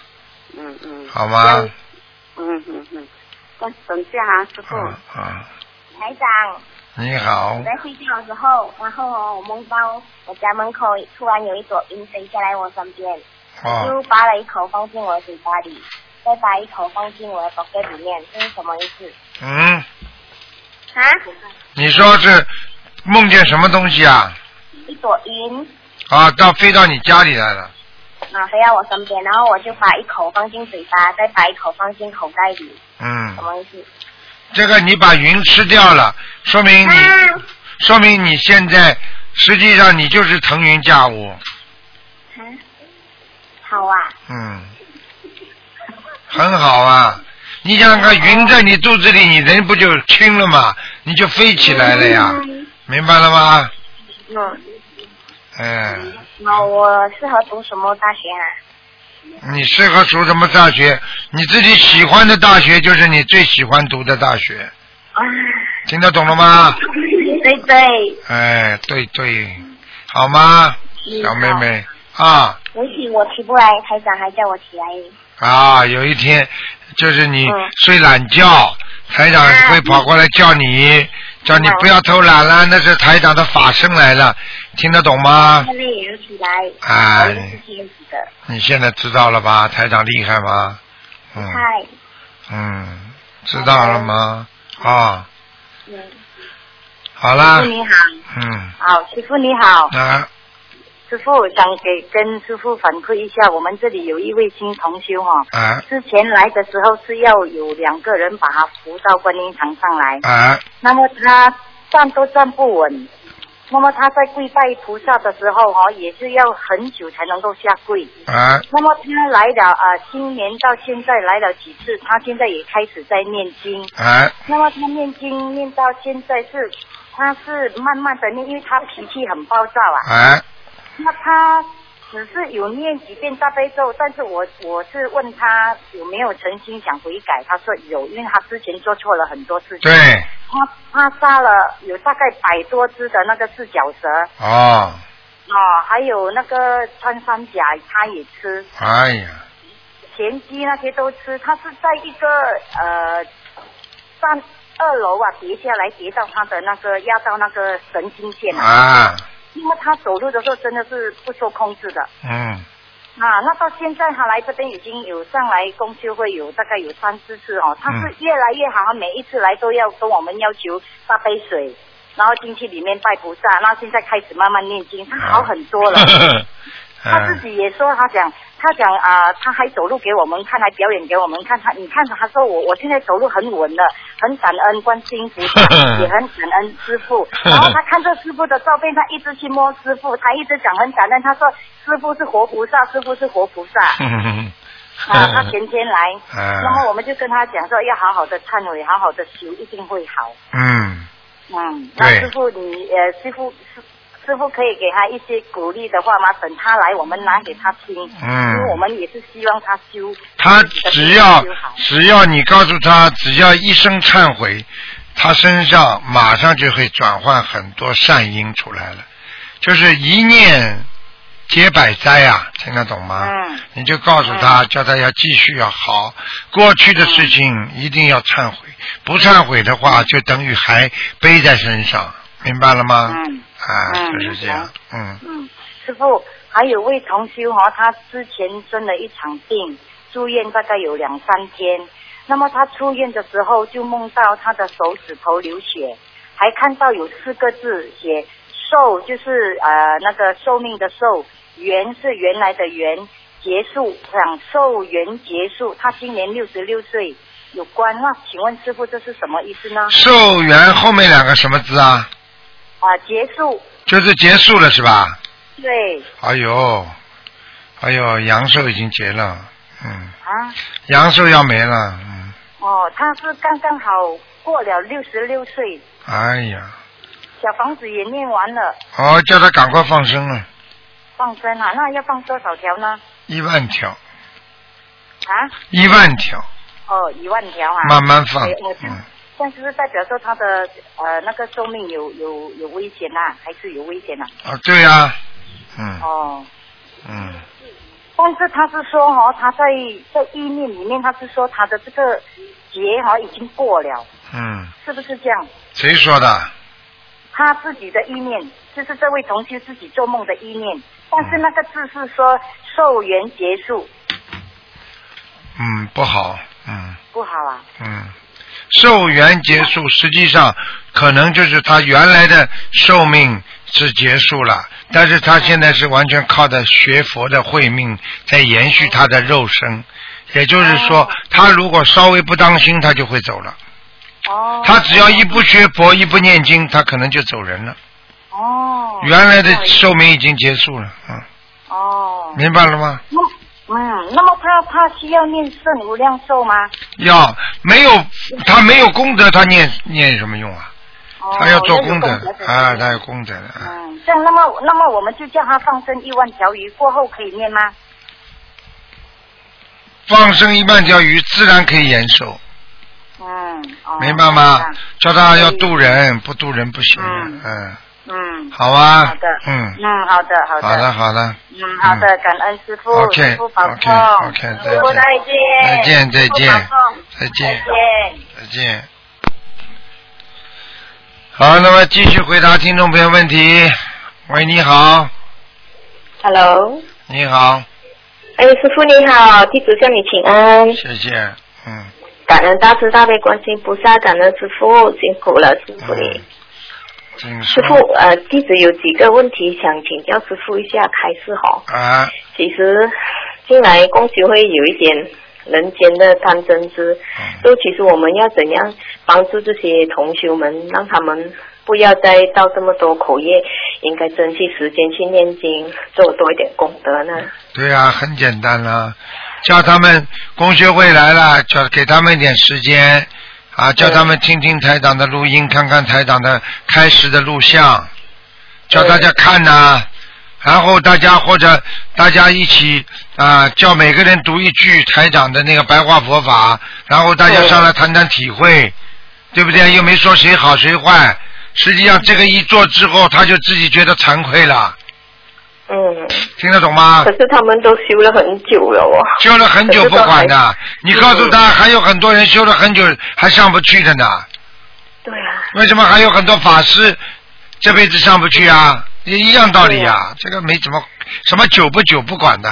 嗯嗯，好吗？嗯嗯嗯，等等一下啊，师傅，嗯嗯，台长，你好我，在睡觉的时候，然后哦，我梦到我家门口突然有一朵云飞下来我身边，哦，就拔了一口放进我的嘴巴里，再拔一口放进我的 pocket 里面，这是什么意思？嗯，啊？你说是梦见什么东西啊？一朵云啊，到飞到你家里来了，啊飞到我身边，然后我就把一口放进嘴巴，再把一口放进口袋里，嗯什，么意思？这个你把云吃掉了，说明你，说明你现在实际上你就是腾云驾雾，好啊，嗯，很好啊。你想想看，云在你肚子里，你人不就轻了吗？你就飞起来了呀，明白了吗？嗯，嗯，哦，我适合读什么大学啊？你适合读什么大学？你自己喜欢的大学就是你最喜欢读的大学，啊，听得懂了吗？对对，哎，对对，好吗，小妹妹啊嗯也许我起不来，台长还叫我起来。啊！有一天就是你嗯睡懒觉，台长会跑过来叫你，叫你不要偷懒了，那是台长的法身来了，听得懂吗他？累也起来，哎我也是天使的，你现在知道了吧？台长厉害吗？嗯嗨，嗯，知道了吗？啊，嗯，好啦师傅，你好，嗯，好，师傅你好，啊，师傅想给跟师傅反馈一下，我们这里有一位新同修哈、哦，啊，之前来的时候是要有两个人把他扶到观音堂上来，啊，那么他站都站不稳，那么他在跪拜菩萨的时候哦，也是要很久才能够下跪。啊，那么他来了啊、呃今年到现在来了几次，他现在也开始在念经。啊，那么他念经念到现在是，他是慢慢的念，因为他脾气很暴躁啊。啊，那他只是有念几遍大悲咒，但是我我是问他有没有诚心想悔改，他说有，因为他之前做错了很多事情。对，他他杀了有大概百多只的那个四脚蛇哦，啊，还有那个穿山甲，他也吃。哎呀， (laughs) 田鸡那些都吃，它是在一个呃上二楼啊跌下来，跌到它的那个压到那个神经线了、啊，因为它走路的时候真的是不受控制的嗯，啊。那到现在它来这边已经有上来公修会有大概有三四次哦，它是嗯越来越好，它每一次来都要跟我们要求大杯水。然后进去里面拜菩萨，然后现在开始慢慢念经，它好很多了。他自嗯，，己也说，他讲，他讲啊、他还走路给我们看，还表演给我们看。他你看，他说我我现在走路很稳了，很感恩观世音菩萨 (laughs) 也很感恩师傅。然后他看这师傅的照片，他一直去摸师傅，他一直讲很感恩。他说师傅是活菩萨，师傅是活 (laughs) 菩萨。嗯，啊，他前天来， (laughs) 嗯然后我们就跟他讲说要好好的忏悔，好好的修，一定会好。嗯，嗯，那对师傅你呃，师傅师师傅可以给他一些鼓励的话吗？等他来，我们拿给他听，嗯因为我们也是希望他修，他只要修好只要你告诉他，只要一声忏悔，他身上马上就会转换很多善因出来了，就是一念解百灾啊，听得懂吗？嗯你就告诉他，叫他要继续要好，过去的事嗯情一定要忏悔，不忏悔的话，就等于还背在身上，明白了吗？嗯啊，嗯就是这样，嗯嗯，师傅还有位同修哈、他之前生了一场病，住院大概有两三天。那么他出院的时候就梦到他的手指头流血，还看到有四个字写“寿”，就是呃那个寿命的寿，缘是原来的缘，结束想寿缘结束。他今年六十六岁，有关那请问师傅这是什么意思呢？寿元后面两个什么字啊？啊、结束，就是结束了是吧？对哎呦，哎呦，阳寿已经结了，嗯，啊。阳寿要没了，嗯，哦，他是刚刚好过了六十六岁，哎呀，小房子也念完了，哦，叫他赶快放生啊，放生啊，那要放多少条呢？一万条，啊？一万条，哦，一万条啊。慢慢放哎我这嗯但是不是代表说他的呃那个寿命有有有危险呐、还是有危险呐、啊，对呀、嗯哦，嗯，但是他是说哦，他在在意念里面，他是说他的这个劫哈、已经过了，嗯，是不是这样？谁说的？他自己的意念，就是这位同学自己做梦的意念，但是那个字是说寿元结束，嗯，不好，嗯不好啊。嗯，寿元结束，实际上可能就是他原来的寿命是结束了，但是他现在是完全靠着学佛的慧命在延续他的肉身，也就是说，他如果稍微不当心，他就会走了。哦。他只要一不学佛，一不念经，他可能就走人了。哦。原来的寿命已经结束了，嗯，哦。明白了吗？那嗯，那么他他需要念圣无量寿吗？要没有他没有功德，他念念有什么用啊？哦他要做功德要有功德啊，他有功德的啊。嗯，这样那么那么我们就叫他放生一万条鱼，过后可以念吗？放生一万条鱼，自然可以延寿，嗯，哦、明白吗明白？叫他要渡人，不渡人不行的嗯嗯，嗯，好啊，好的，嗯，嗯，好的，好的，好的，好的，嗯，好的，感恩师傅， ，OK，OK，OK，师傅保重 OK，OK，再见师傅再再见，见，再师父见保重，再见再，见。再见。好，那么继续回答听众朋友问题。喂，你好， Hello，你好，哎，师傅你好，弟子向你请安，谢谢，嗯，感恩大慈大悲观世音菩萨，感恩师傅辛苦了，辛苦你。请师说傅，呃，弟子有几个问题想请教师傅一下开示哈。啊，其实近来供学会有一点人间的贪嗔痴，就其实我们要怎样帮助这些同修们，让他们不要再造这么多口业，应该珍惜时间去念经，做多一点功德呢？对啊，很简单啦、叫他们工学会来了，叫给他们一点时间啊，叫他们听听台长的录音，看看台长的开始的录像，叫大家看呐、然后大家或者大家一起啊，叫每个人读一句台长的那个白话佛法，然后大家上来谈谈体会，对不对？又没说谁好谁坏，实际上这个一做之后，他就自己觉得惭愧了，嗯，听得懂吗？可是他们都修了很久了哦。修了很久不管可是都的还，你告诉他还有很多人修了很久还上不去的呢。对啊。为什么还有很多法师这辈子上不去啊？也一样道理呀、这个没怎么什么久不久不管的。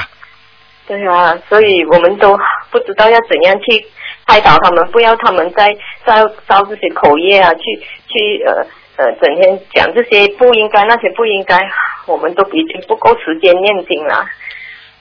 对啊，所以我们都不知道要怎样去开导他们，不要他们再造造这些口业啊，去去呃呃，整天讲这些不应该，那些不应该，我们都已经不够时间念经了。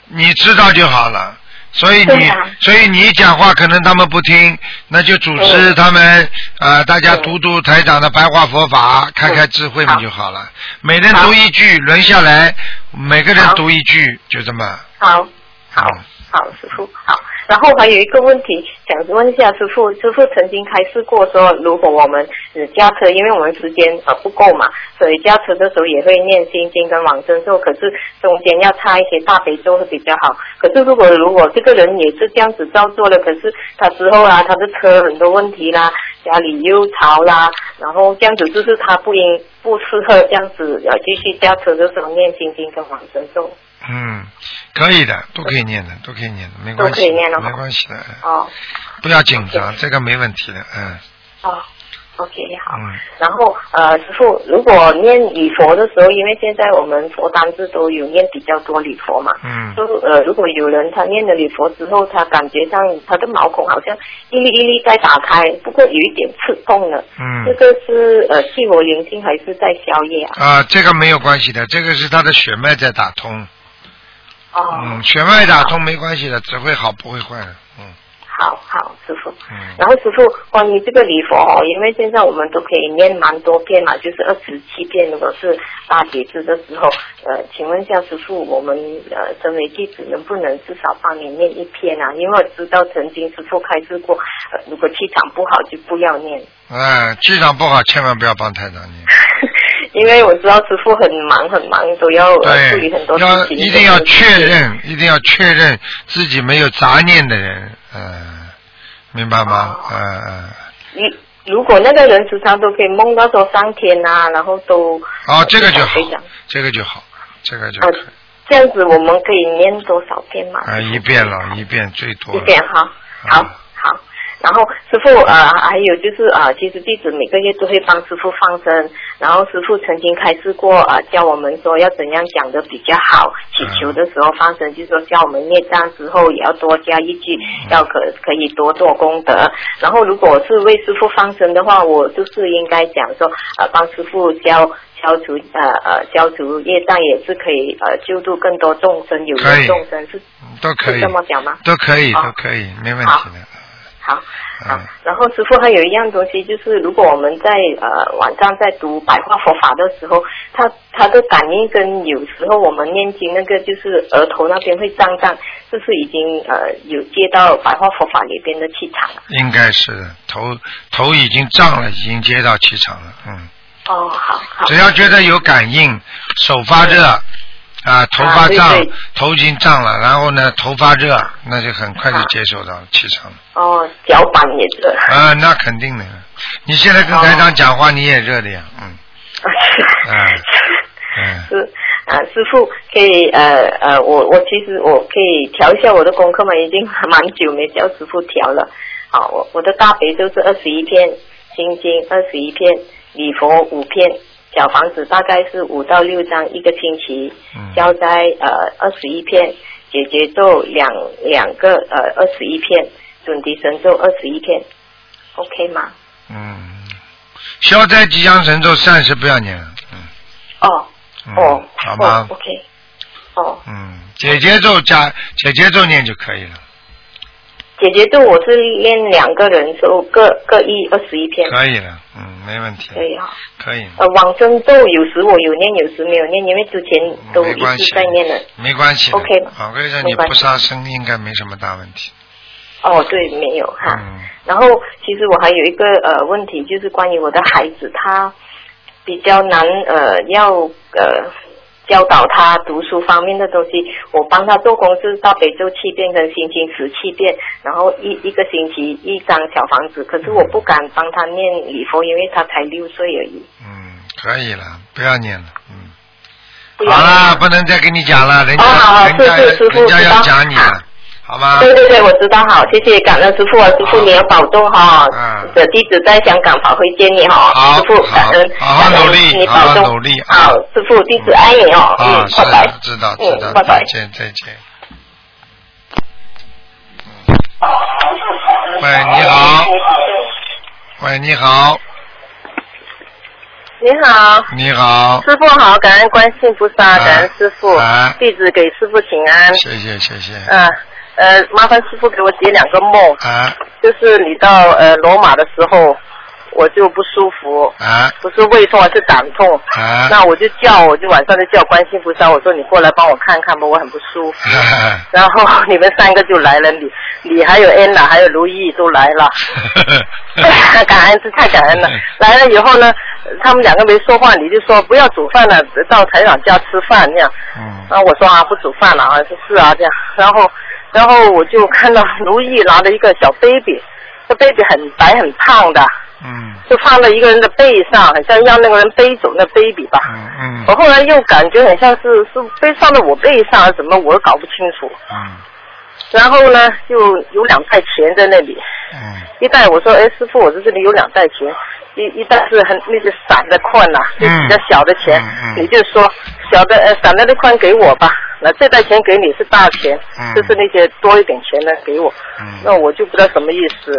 你知道就好了。所以对你呀，所以你讲话可能他们不听，那就组织他们啊、呃大家读读台长的白话佛法，开开智慧嘛就好了。每人读一句，轮下来，每个人读一句，就这么。好，好。好，师傅好。然后还有一个问题想问一下师傅，师傅曾经开示过说，如果我们只驾车，因为我们时间呃不够嘛，所以驾车的时候也会念心经跟往生咒，可是中间要插一些大悲咒会比较好。可是如果如果这个人也是这样子照做了，可是他之后啊，他的车很多问题啦，家里又吵啦，然后这样子就是他不应不适合这样子呃继续驾车的时候念心经跟往生咒。嗯，可以的，都可以念的，都可以念的，没关系，都可以念了没关系的，嗯哦不要紧张，这个没问题的，嗯哦，OK 好。嗯，然后呃，师傅，如果念礼佛的时候，因为现在我们佛单子都有念比较多礼佛嘛，嗯就呃，如果有人他念了礼佛之后，他感觉上他的毛孔好像一粒一粒在打开，不过有一点刺痛了，嗯这个是呃气火灵性还是在消业啊？啊，这个没有关系的，这个是他的血脉在打通，嗯，血脉打通没关系的，只会好不会坏的，嗯好好，师傅。嗯然后师傅，关于这个礼佛哦，因为现在我们都可以念蛮多遍嘛，就是呃二十七遍。如果是大节制的时候，呃，请问一下师傅，我们呃身为弟子，能不能至少帮你念一篇啊？因为我知道曾经师傅开示过，呃，如果气场不好就不要念，哎，气场不好千万不要帮台长念，因为我知道师傅很忙很忙，都要呃处理很多对，事要情。一定要确认，一定要确认自己没有杂念的人，嗯，明白吗？嗯嗯。如如果那个人时常都可以梦到说上天呐、然后都哦，这个就好非常，这个就好，这个就啊可以。这样子我们可以念多少遍嘛？啊，一遍了，一遍最多一了。遍哈，好好。然后师傅呃，还有就是呃，其实弟子每个月都会帮师傅放生，然后师傅曾经开示过呃，教我们说要怎样讲的比较好，祈嗯求的时候放生，就说教我们念障之后也要多加一句，要可可以多做功德。然后如果是为师傅放生的话，我就是应该讲说呃，帮师傅教。消除呃呃消除业障也是可以呃救助更多众生，有可以缘众生是都可是以，这么讲吗？都可以，哦都可以，没问题的。好，嗯，然后师傅还有一样东西，就是如果我们在呃晚上在读白话佛法的时候，他他的感应跟有时候我们念经那个就是额头那边会胀胀，是不是已经呃有接到白话佛法里边的气场了？应该是的，头头已经胀了，已经接到气场了，嗯。哦，好好。只要觉得有感应，手发热，啊，头发胀，对对头已经胀了，然后呢，头发热，那就很快就接受到了气场了。哦，脚板也热。啊，那肯定的。你现在跟台长讲话，你也热的呀，嗯。啊嗯嗯是啊，师傅可以呃呃，我我其实我可以调一下我的功课嘛，已经 (laughs) 蛮久没叫师傅调了。好，我我的大悲咒是二十一篇，心经二十一篇，礼佛五片，小房子大概是五到六张一个星期，消灾呃二十一片，解决咒两两个呃二十一片，准提神咒二十一片，OK 吗？嗯，消灾吉祥神咒暂时不要念了，哦嗯，哦，好吗哦？，OK，哦，嗯，姐姐咒加姐姐咒念就可以了，解决咒我是练两个人，就各各一二十一片，可以了，嗯，没问题，可以哈。可以，呃，往生咒有时我有念，有时没有念，因为之前都没一关系直在念了。没关系的 OK 吧我跟你说，你没关不系杀生应该没什么大问题。哦，对，没有哈。嗯然后其实我还有一个呃问题，就是关于我的孩子，他比较难呃要呃教导他读书方面的东西。我帮他做公式大悲咒七遍跟心经十七遍，然后一一个星期一张小房子。可是我不敢帮他念礼佛，因为他才六岁而已。可以了，不要念了，不嗯。要好念啦，不能再跟你讲了，人家、哦好好人家是是师傅人家知要道讲你了，好吗？对对对，我知道，好，谢谢感恩师傅啊，师傅你要保重哈。嗯。的弟子在香港法会见你哈，好师傅感恩，好好感恩努力你好好保重，努力啊好，师傅弟子爱你哦，啊嗯，，是拜拜。知道知嗯道，拜拜再见再见。喂，你嗯好。喂，你好，你好，你好，师傅好，感恩观世音菩萨，感恩师傅啊，弟子给师傅请安。谢谢谢谢。嗯，呃，麻烦师傅给我解两个梦，啊就是你到呃罗马的时候，我就不舒服，啊不是胃痛，是胆痛。啊！那我就叫，我就晚上就叫观世音菩萨，我说你过来帮我看看吧，我很不舒服。 (laughs) 然后 (laughs) 你们三个就来了，你你还有安娜还有卢毅都来了， (laughs) 感恩是太感恩了。嗯来了以后呢，他们两个没说话，你就说不要煮饭了，到台长家吃饭那样。嗯。然后我说啊，不煮饭了啊，是是啊这样。然后然后我就看到卢毅拿着一个小 baby，这 baby 很白很胖的，嗯就放在一个人的背上，很像让那个人背走那 baby 吧。嗯我后来又感觉很像是是背放在我背上，什么我搞不清楚。嗯然后呢，就有两袋钱在那里。嗯一袋我说，哎，师傅，我这这里有两袋钱，一一袋是很那些散的款呐、嗯就比较小的钱，你就说小的呃散的那款给我吧，那这袋钱给你是大钱，嗯就是那些多一点钱的给我，那我就不知道什么意思。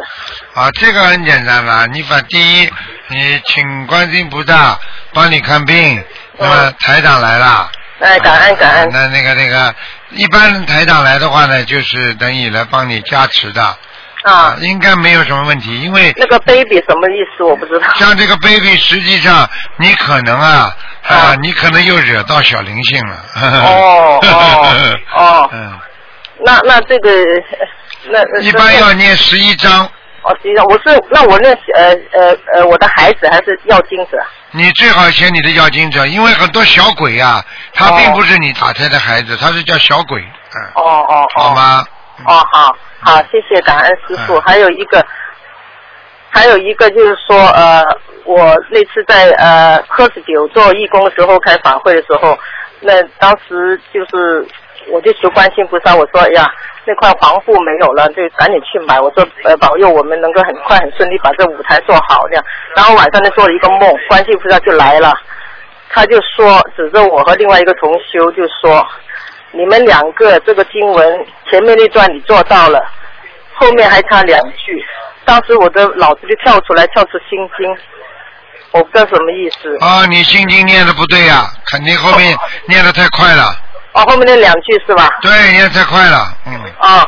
啊，这个很简单啦，你把第一，你请观世音菩萨帮你看病，那么台长来了。哎，感恩感恩。那那个那个，一般台长来的话呢，就是等于来帮你加持的。啊，应该没有什么问题，因为那个 baby 什么意思我不知道。像这个 baby，实际上你可能啊啊，你可能又惹到小灵性了。 (laughs) 哦哦哦嗯，那那这个那一般要念十一章。哦，十一章，我是那我那呃呃呃，我的孩子还是要精子啊？你最好写你的要经者，因为很多小鬼啊，他并不是你打胎的孩子，他是叫小鬼，嗯，哦哦哦。好吗？哦，好，好，谢谢感恩师傅。嗯还有一个，还有一个就是说，呃，我那次在呃科十九做义工的时候开法会的时候，那当时就是我就求观世音菩萨，我说，哎呀，那块黄布没有了，就赶紧去买。我说，呃，保佑我们能够很快很顺利把这舞台做好这样。然后晚上就做了一个梦，观世音菩萨就来了，他就说，指着我和另外一个同修就说。你们两个这个经文前面那段你做到了，后面还差两句。当时我的脑子就跳出来，跳出心经，我不知道什么意思。啊，你心经念的不对呀、肯定后面念的太快了，哦，后面那两句是吧？对，念得太快了，嗯，啊。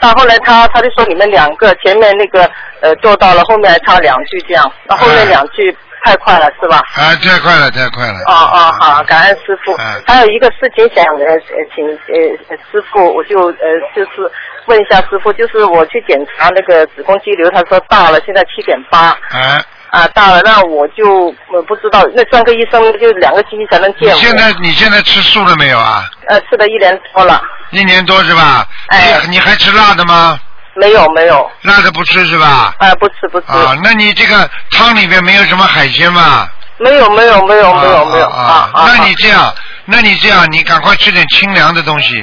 到后来他他就说你们两个前面那个呃做到了，后面还差两句这样，那后面两句太快了是吧？啊，太快了，太快了，哦哦，好，感恩师傅。嗯还有一个事情想呃呃请呃师傅，我就呃就是问一下师傅，就是我去检查那个子宫肌瘤，他说大了，现在七点八啊，啊大了，那我就我不知道，那专科医生就两个星期才能你见我。现在你现在吃素了没有啊？呃吃了一年多了，一年多是吧？哎，你还吃辣的吗？没有没有。辣的不吃是吧？啊，不吃不吃。啊，那你这个汤里面没有什么海鲜吗？啊没有没有没有没有没有啊啊！那你这样，那你这样，你赶快吃点清凉的东西。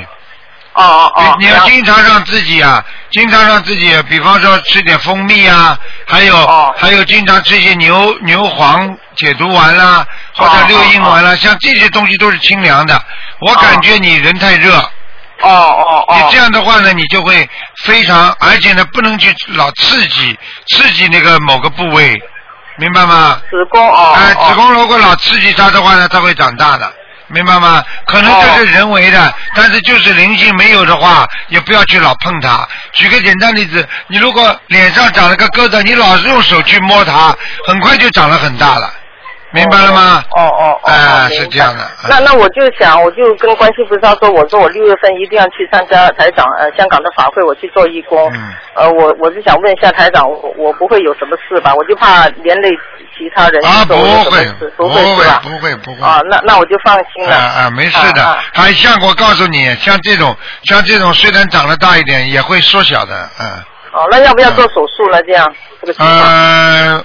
哦哦哦，你要经常让自己啊，经常让自己，比方说吃点蜂蜜啊，还有、哦还有经常吃一些牛牛黄解毒丸啦、或哦者六应丸啦、啊像这些东西都是清凉的。我感觉你人太热。哦哦哦！你这样的话呢，你就会非常，而且呢，不能去老刺激刺激那个某个部位，明白吗？子宫哦。哎、子宫如果老刺激它的话呢，它会长大的，明白吗？可能这是人为的，哦但是就是灵性没有的话，也不要去老碰它。举个简单例子，你如果脸上长了个疙瘩，你老是用手去摸它，很快就长了很大了，明白了吗？哦哦哦。哎、哦是这样的。啊那那我就想，我就跟观世菩萨说，我说我六月份一定要去参加台长呃香港的法会，我去做义工。嗯。呃，我我是想问一下台长，我我不会有什么事吧？我就怕连累其他人。啊，不不会，不会，是吧？不会，不会。啊，那那我就放心了。啊啊，没事的。还像我告诉你，像这种像这种虽然长得大一点，也会缩小的，嗯。哦，那要不要做手术了？这样这个情况。呃，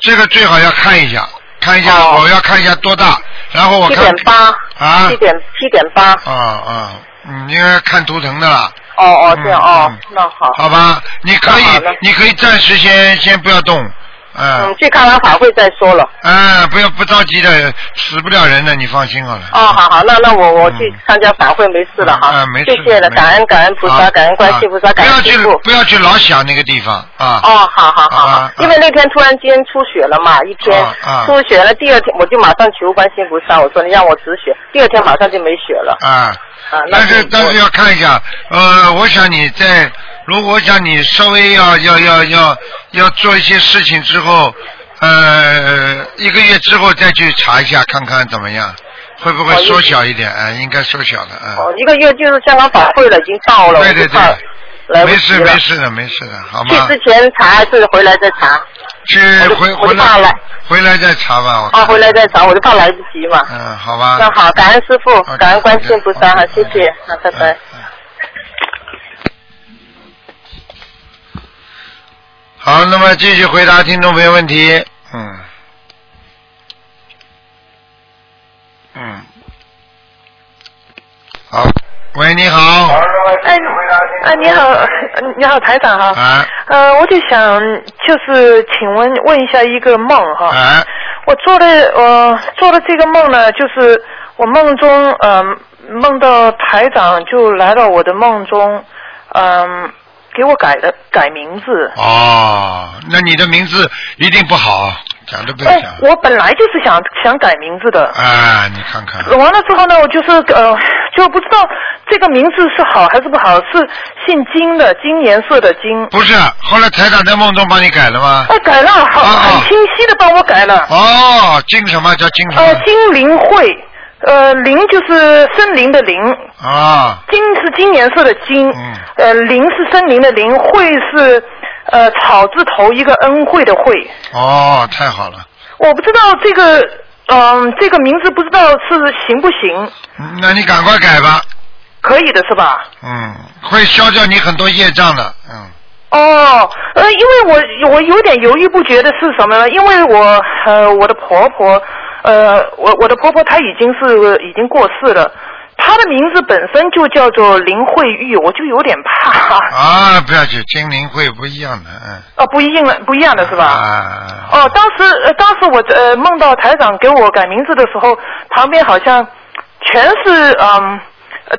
这个最好要看一下，看一下，我要看一下多大，然后我七看哦点八啊七点七点八。啊啊，嗯，应该看图腾的啦。哦哦，这样哦嗯，那好。好吧，你可以，你可以暂时先先不要动，嗯，嗯，去看完法会再说了。啊，不要不着急的，死不了人的，你放心好了。哦，好好，那那我我去参加法会没事了哈。嗯嗯嗯没事谢谢了，没事感恩感恩菩萨，好感恩观世菩萨，啊不感要恩去师父。不要去老想那个地方啊。哦，好好好好，因为那天突然间出血了嘛，一天、啊啊出血了，第二天我就马上求观世菩萨，我说你让我止血，第二天马上就没血了。啊。啊，那但是就但是要看一下，呃，我想你在，如果我想你稍微要要要要要做一些事情之后，呃，一个月之后再去查一下，看看怎么样，会不会好意思缩小一点？哎、应该缩小的，嗯。哦哦一个月就是香港法会了，已经到了，对对我就怕对，来不没及事了没事的，没事的，好吗？去之前查还是回来再查？去回我回就怕来来回来再查吧，我啊，回来再查，我就怕来不及嘛。嗯，好吧。那好，感恩师傅，啊感恩观世菩萨，好，谢谢，好，拜拜。好，那么继续回答听众朋友问题。嗯，嗯，好，喂，你好，哎，啊，你好，呃你好，台长哈。啊。呃，我就想就是请问问一下一个梦哈。啊。我做的呃做的这个梦呢，就是我梦中呃梦到台长就来到我的梦中，嗯、给我改的改名字。哦，那你的名字一定不好，啊讲都不要哎讲，我本来就是想想改名字的。啊，你看看，完了之后呢，我就是呃，就不知道这个名字是好还是不好，是姓金的，金颜色的金。不是，后来台长在梦中帮你改了吗？哎，改了，好，很清晰的帮我改了。哦，金什么叫金什呃么？，金灵慧，呃，灵就是森林的林，哦啊，金是金颜色的金，呃，林是森林的林，慧是呃草字头一个恩惠的惠。哦，太好了。我不知道这个，嗯、这个名字不知道是行不行，嗯那你赶快改吧，可以的是吧？嗯，会消掉你很多业障的，嗯，哦，呃，因为我我有点犹豫不决的是什么呢？因为我呃我的婆婆，呃我我的婆婆她已经是已经过世了，她的名字本身就叫做林慧玉，我就有点怕啊、啊，不要去，精灵会不一样的，嗯，哦不一样了不一样的是吧？啊，哦，当时呃当时我呃梦到台长给我改名字的时候，旁边好像全是嗯、呃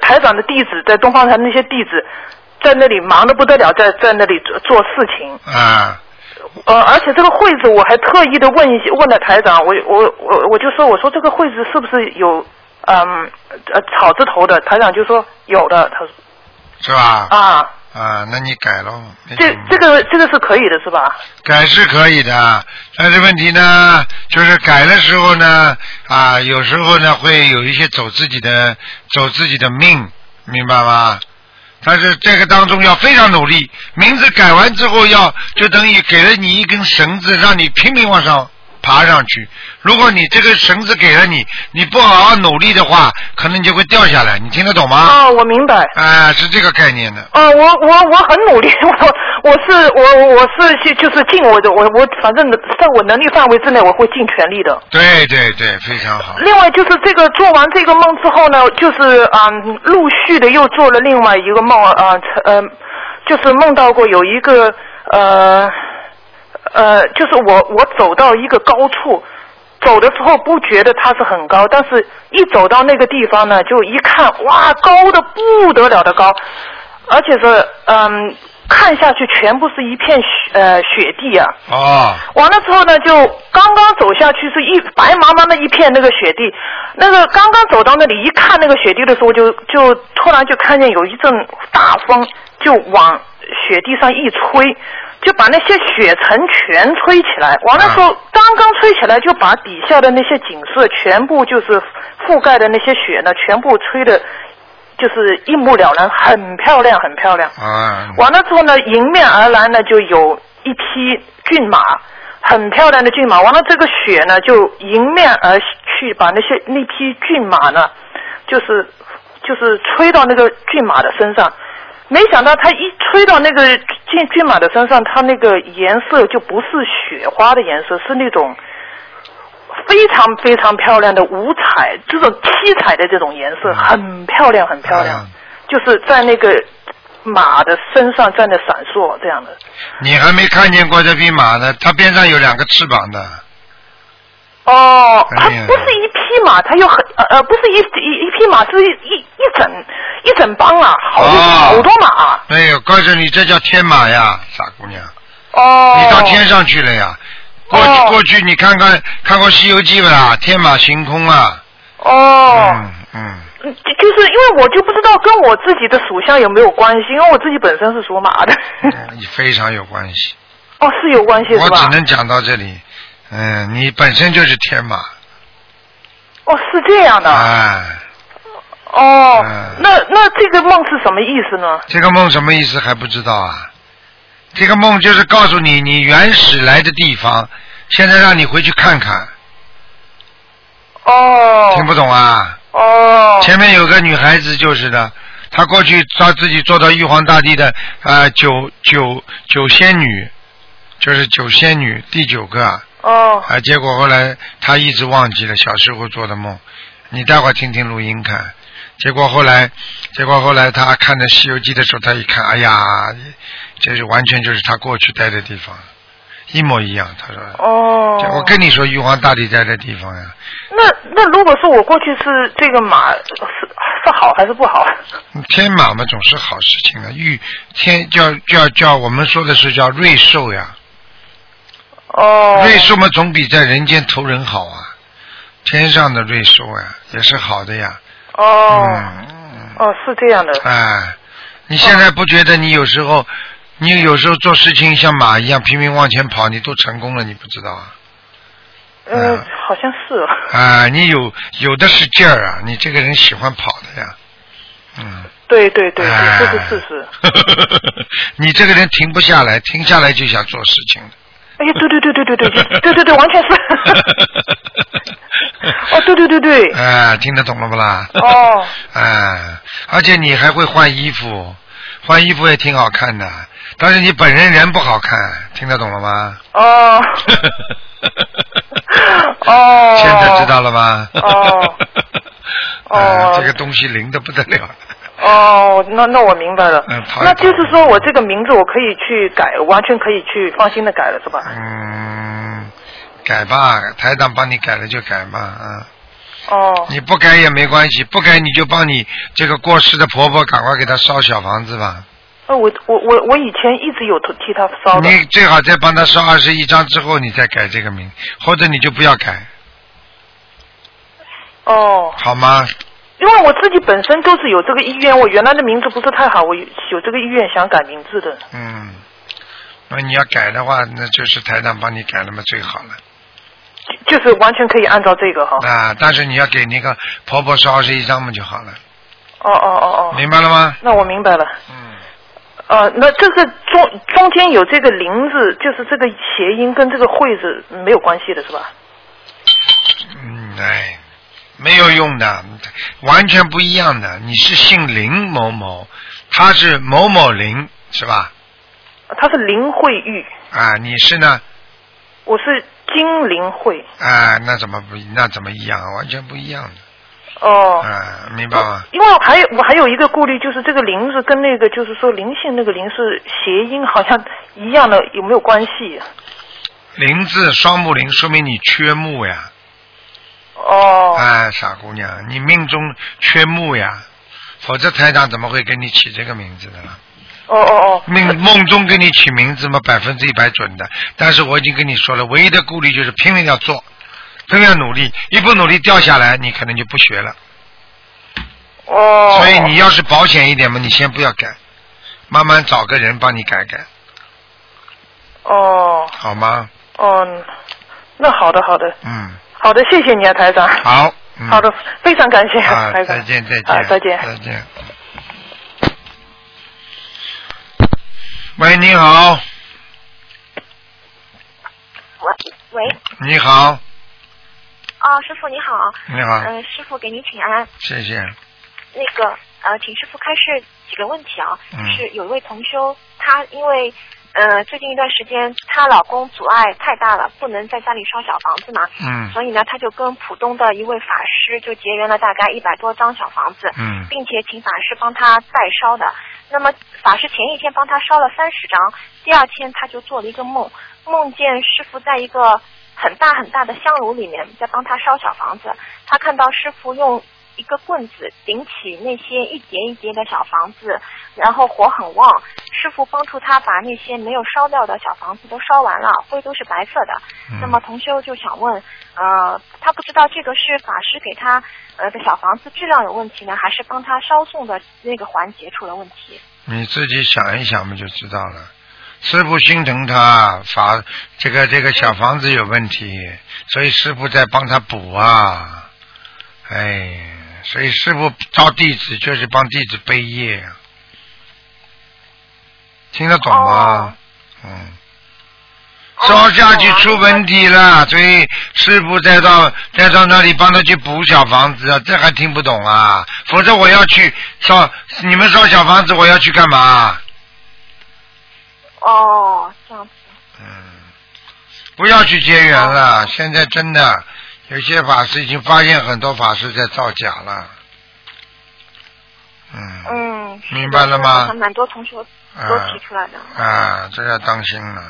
台长的弟子，在东方台那些弟子在那里忙得不得了，在在那里做做事情。啊，呃，而且这个会子我还特意的问一问了台长，我我我我就说我说这个会子是不是有嗯呃草字头的？台长就说有的，他说是吧？啊，啊，那你改喽，没这这个这个是可以的是吧？改是可以的，但是问题呢，就是改的时候呢，啊，有时候呢会有一些走自己的走自己的命，明白吗？但是这个当中要非常努力，名字改完之后要就等于给了你一根绳子，让你拼命往上爬上去。如果你这个绳子给了你，你不好好努力的话，可能你就会掉下来。你听得懂吗？哦，我明白。哎、是这个概念的。哦，我我我很努力， (laughs) 我我是我我是去就是尽我的我我反正在我能力范围之内，我会尽全力的。对对对，非常好。另外就是这个做完这个梦之后呢，就是啊、嗯陆续的又做了另外一个梦啊，呃，就是梦到过有一个呃呃，就是我我走到一个高处，走的时候不觉得它是很高，但是一走到那个地方呢，就一看，哇，高的不得了的高，而且是嗯，看下去全部是一片雪呃雪地啊。哦，完了之后呢，就刚刚走下去是一白茫茫的一片那个雪地，那个刚刚走到那里一看那个雪地的时候就，就突然就看见有一阵大风就往雪地上一吹，就把那些雪尘全吹起来。完了之后，刚刚吹起来就把底下的那些景色全部就是覆盖的那些雪呢，全部吹的。就是一目了然，很漂亮，很漂亮。啊，嗯完了之后呢，迎面而来呢就有一匹骏马，很漂亮的骏马。完了，这个雪呢就迎面而去，把那些那匹骏马呢，就是就是吹到那个骏马的身上。没想到它一吹到那个骏骏马的身上，它那个颜色就不是雪花的颜色，是那种非常非常漂亮的五彩，这种七彩的这种颜色，很漂亮，很漂亮，就是在那个马的身上在那闪烁这样的。你还没看见过这匹马呢，它边上有两个翅膀的。哦，它哎呀不是一匹马，它又很呃呃，不是一一一匹马，是一一一整一整帮啊，好多、好多马啊。哎呦，告诉你，这叫天马呀，傻姑娘，哦。你到天上去了呀。过去、过去，你看看看过《西游记》不啦？天马行空啊。哦。嗯嗯。嗯就就是因为我就不知道跟我自己的属相有没有关系，因为我自己本身是属马的。 (laughs) 你嗯非常有关系。哦，是有关系是我只吧？能讲到这里。嗯，你本身就是天马，啊哦，是这样的。哎，哦，嗯那那这个梦是什么意思呢？这个梦什么意思还不知道啊？这个梦就是告诉你你原始来的地方，现在让你回去看看。哦。听不懂啊？哦。前面有个女孩子就是的，她过去她自己做到玉皇大帝的啊、呃九九九仙女，就是九仙女第九个啊、哦啊结果后来她一直忘记了小时候做的梦，你待会儿听听录音看。结果后来，结果后来她看着《西游记》的时候，她一看，哎呀，这是完全就是她过去待的地方，一模一样。她说，哦。我跟你说，玉皇大帝待的地方呀，那那如果说我过去是这个马是是好还是不好？天马嘛总是好事情啊，玉天叫叫叫我们说的是叫瑞兽呀。哦。瑞兽嘛总比在人间投人好啊，天上的瑞兽啊也是好的呀，哦。哦，是这样的。嗯哎，你现在不觉得你有时候你有时候做事情像马一样拼命往前跑，你都成功了，你不知道啊？呃，哎好像是 (laughs) 哦。啊，你有有的是劲儿啊，你这个人喜欢跑的呀， (laughs) 嗯。对对对哎对，这是事实。你这个人停不下来，停下来就想做事情了。哎呀，对对对对对对对对对，完全是。 (laughs) 哦，对对对对。哎，听得懂了不啦？哦。哎，而且你还会换衣服，换衣服也挺好看的，但是你本人人不好看，听得懂了吗？哦。哦。现在知道了吧？哦。哦。这个东西灵的不得了。哦，那那我明白了。嗯，跑一那跑就是说我这个名字我可以去改，完全可以去放心的改了，是吧？嗯，改吧，台长帮你改了就改嘛，啊。哦。你不改也没关系，不改你就帮你这个过世的婆婆赶快给她烧小房子吧。呃，我我我我以前一直有替他烧的。你最好再帮她烧二十一张之后，你再改这个名，或者你就不要改，哦，好吗？因为我自己本身都是有这个意愿，我原来的名字不是太好，我有有这个意愿想改名字的。嗯，那你要改的话，那就是台长帮你改了嘛，最好了。就就是完全可以按照这个哈。啊，但是你要给那个婆婆烧二十一张嘛就好了，哦哦哦哦。明白了吗？那我明白了。嗯。呃，那这个中中间有这个“林”字，就是这个谐音跟这个“会”字没有关系的是吧？嗯，哎，没有用的，完全不一样的。你是姓林某某，他是某某林，是吧？他是林慧玉，啊，你是呢？我是金林慧。啊，那怎么不那怎么一样？完全不一样的。哦，啊，明白吗？因为我还有我还有一个顾虑，就是这个“林”字跟那个就是说灵性那个“灵”是谐音，好像一样的，有没有关系、啊林字双木林，说明你缺木呀。哦。哎，傻姑娘，你命中缺木呀，否则台长怎么会给你起这个名字的呢？哦哦哦。命梦中给你起名字嘛，百分之一百准的。但是我已经跟你说了，唯一的顾虑就是拼命要做，拼命要努力，一不努力掉下来，你可能就不学了。哦。所以你要是保险一点嘛，你先不要改，慢慢找个人帮你改改，哦好吗？哦，那好的好的嗯，好的，谢谢你啊，台长。好。嗯、好的，非常感谢啊啊，(laughs) 台长。再见，再见，嗯啊再见再见。喂，你好，喂喂，你好，哦，师傅你好。你好嗯、师傅给您请安。谢谢。那个呃，请师傅开示几个问题啊，就嗯是有一位同修，她因为呃最近一段时间她老公阻碍太大了，不能在家里烧小房子嘛，嗯所以呢，她就跟浦东的一位法师就结缘了大概一百多张小房子，嗯并且请法师帮她再烧的。那么法师前一天帮她烧了三十张，第二天她就做了一个梦，梦见师傅在一个很大很大的香炉里面在帮她烧小房子，她看到师傅用一个棍子顶起那些一节一节的小房子，然后火很旺。师傅帮助他把那些没有烧掉的小房子都烧完了，灰都是白色的。嗯那么同修就想问，呃，他不知道这个是法师给他呃的小房子质量有问题呢，还是帮他烧送的那个环节出了问题？你自己想一想嘛，就知道了。师傅心疼他，法这个这个小房子有问题，所以师傅在帮他补啊。哎，所以师傅招弟子就是帮弟子背业啊，听得懂哦吗？嗯。烧下去出问题了，所以师傅再到再到那里帮他去补小房子啊，这还听不懂啊？否则我要去烧你们烧小房子，我要去干嘛？哦，这样子。不要去结缘了，现在真的有些法师已经发现很多法师在造假了。嗯嗯，是的明白了吗嗯是的蛮多同学都提出来的。啊，这要当心了。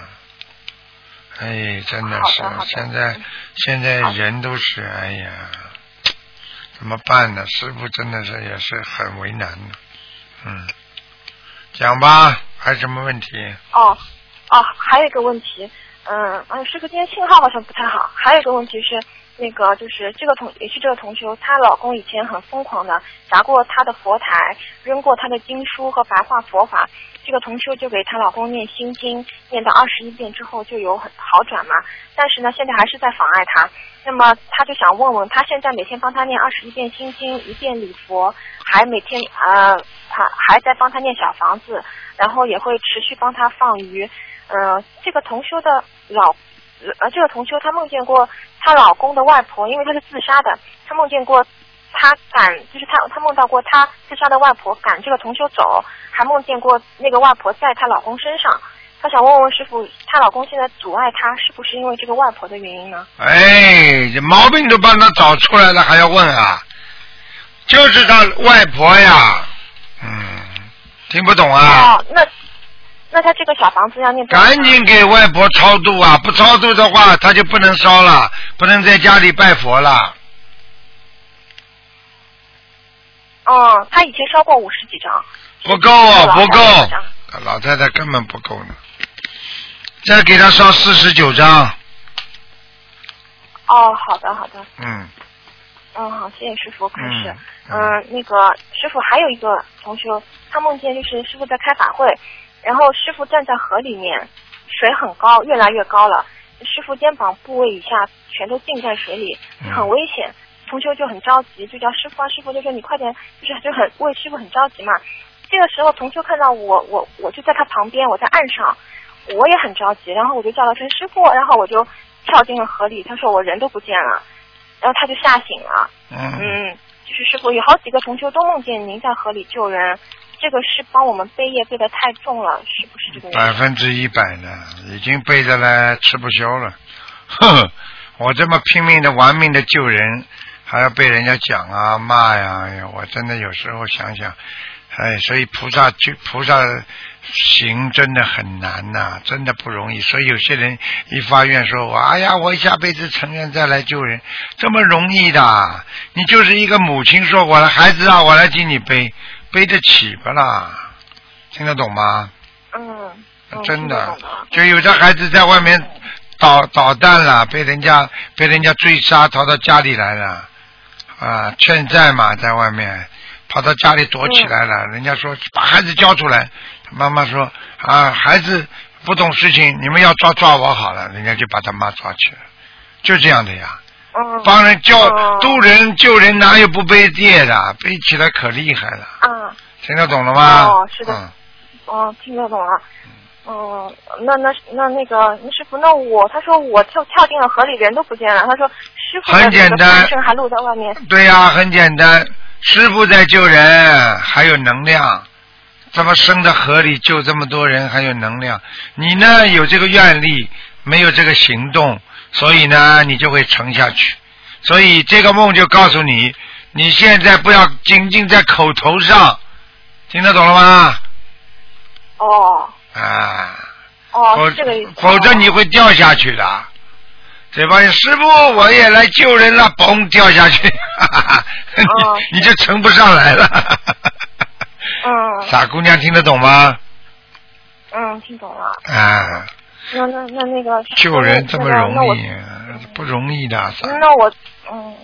哎，真的是好的好的现在现在人都是哎呀，怎么办呢？师傅真的是也是很为难的。嗯，讲吧，还有什么问题？哦，哦，还有一个问题，嗯嗯，师傅今天信号好像不太好。还有一个问题是，那个就是这个同也是这个同修，她老公以前很疯狂的砸过她的佛台，扔过她的经书和白话佛法。这个同修就给她老公念心经，念到二十一遍之后就有很好转嘛。但是呢，现在还是在妨碍她。那么她就想问问，她现在每天帮她念二十一遍心经，一遍礼佛，还每天呃还还在帮她念小房子，然后也会持续帮她放鱼。呃，这个同修的老呃这个同修她梦见过她老公的外婆，因为她是自杀的，她梦见过她赶，就是她她梦到过她自杀的外婆赶这个同修走，还梦见过那个外婆在她老公身上。她想问问师傅，她老公现在阻碍她，是不是因为这个外婆的原因呢？哎，这毛病都帮他找出来了，还要问啊？就是他外婆呀，嗯，听不懂啊？哦，那那她这个小房子要念多少赶紧给外婆超度啊！不超度的话，他就不能烧了，不能在家里拜佛了。哦，她以前烧过五十几张。不够啊，不够老太太讲，老太太根本不够呢。再给他烧四十九张，哦，好的好的，嗯嗯，好，谢谢师傅开始。嗯嗯、那个师傅还有一个同学，他梦见就是师傅在开法会，然后师傅站在河里面，水很高，越来越高了，师傅肩膀部位以下全都浸在水里，嗯很危险。同学就很着急，就叫师傅啊，师傅就说你快点，就是就很为师傅很着急嘛。这个时候同修看到我，我我就在他旁边，我在岸上，我也很着急，然后我就叫了声师傅，然后我就跳进了河里，他说我人都不见了，然后他就吓醒了，嗯，嗯，就是师傅有好几个同修都梦见您在河里救人，这个是帮我们背业背的太重了，是不是这个原因？百分之一百的，已经背着来吃不消了。哼，我这么拼命的、玩命的救人，还要被人家讲啊、骂呀、哎呀，我真的有时候想想，哎，所以菩萨就菩萨行真的很难呐、真的不容易。所以有些人一发愿说我，哎呀，我下辈子成愿再来救人，这么容易的？啊你就是一个母亲说，我的孩子啊，我来替你背，背得起不啦？听得懂吗？嗯，真的，就有的孩子在外面捣捣蛋了，被人家被人家追杀，逃到家里来了，啊，欠债嘛，在外面跑到家里躲起来嗯了。人家说把孩子交出来，妈妈说啊，孩子不懂事情，你们要抓抓我好了，人家就把他妈抓去了，就这样的呀。哦嗯帮人救渡人救人，哪有不背地的？背起来可厉害了，啊，听得懂了吗？哦是的嗯哦，听得懂了。嗯，那那那那个那师傅，那我他说我跳跳进了河里，人都不见了。他说师傅很简单声还露在外面。对呀、很简单，师傅在救人，还有能量。怎么生在河里救这么多人，还有能量？你呢，有这个愿力，没有这个行动，所以呢，你就会沉下去。所以这个梦就告诉你，你现在不要仅仅在口头上，听得懂了吗？哦啊，哦，否是这个意思。否则你会掉下去的。嘴巴里师傅，我也来救人了，嘣掉下去， (laughs) 哈哈哈哦你就乘不上来了。 (laughs) 嗯傻姑娘听得懂吗？嗯，听懂了。啊，那那那那个救人这么那我容易，不容易的。傻那我嗯，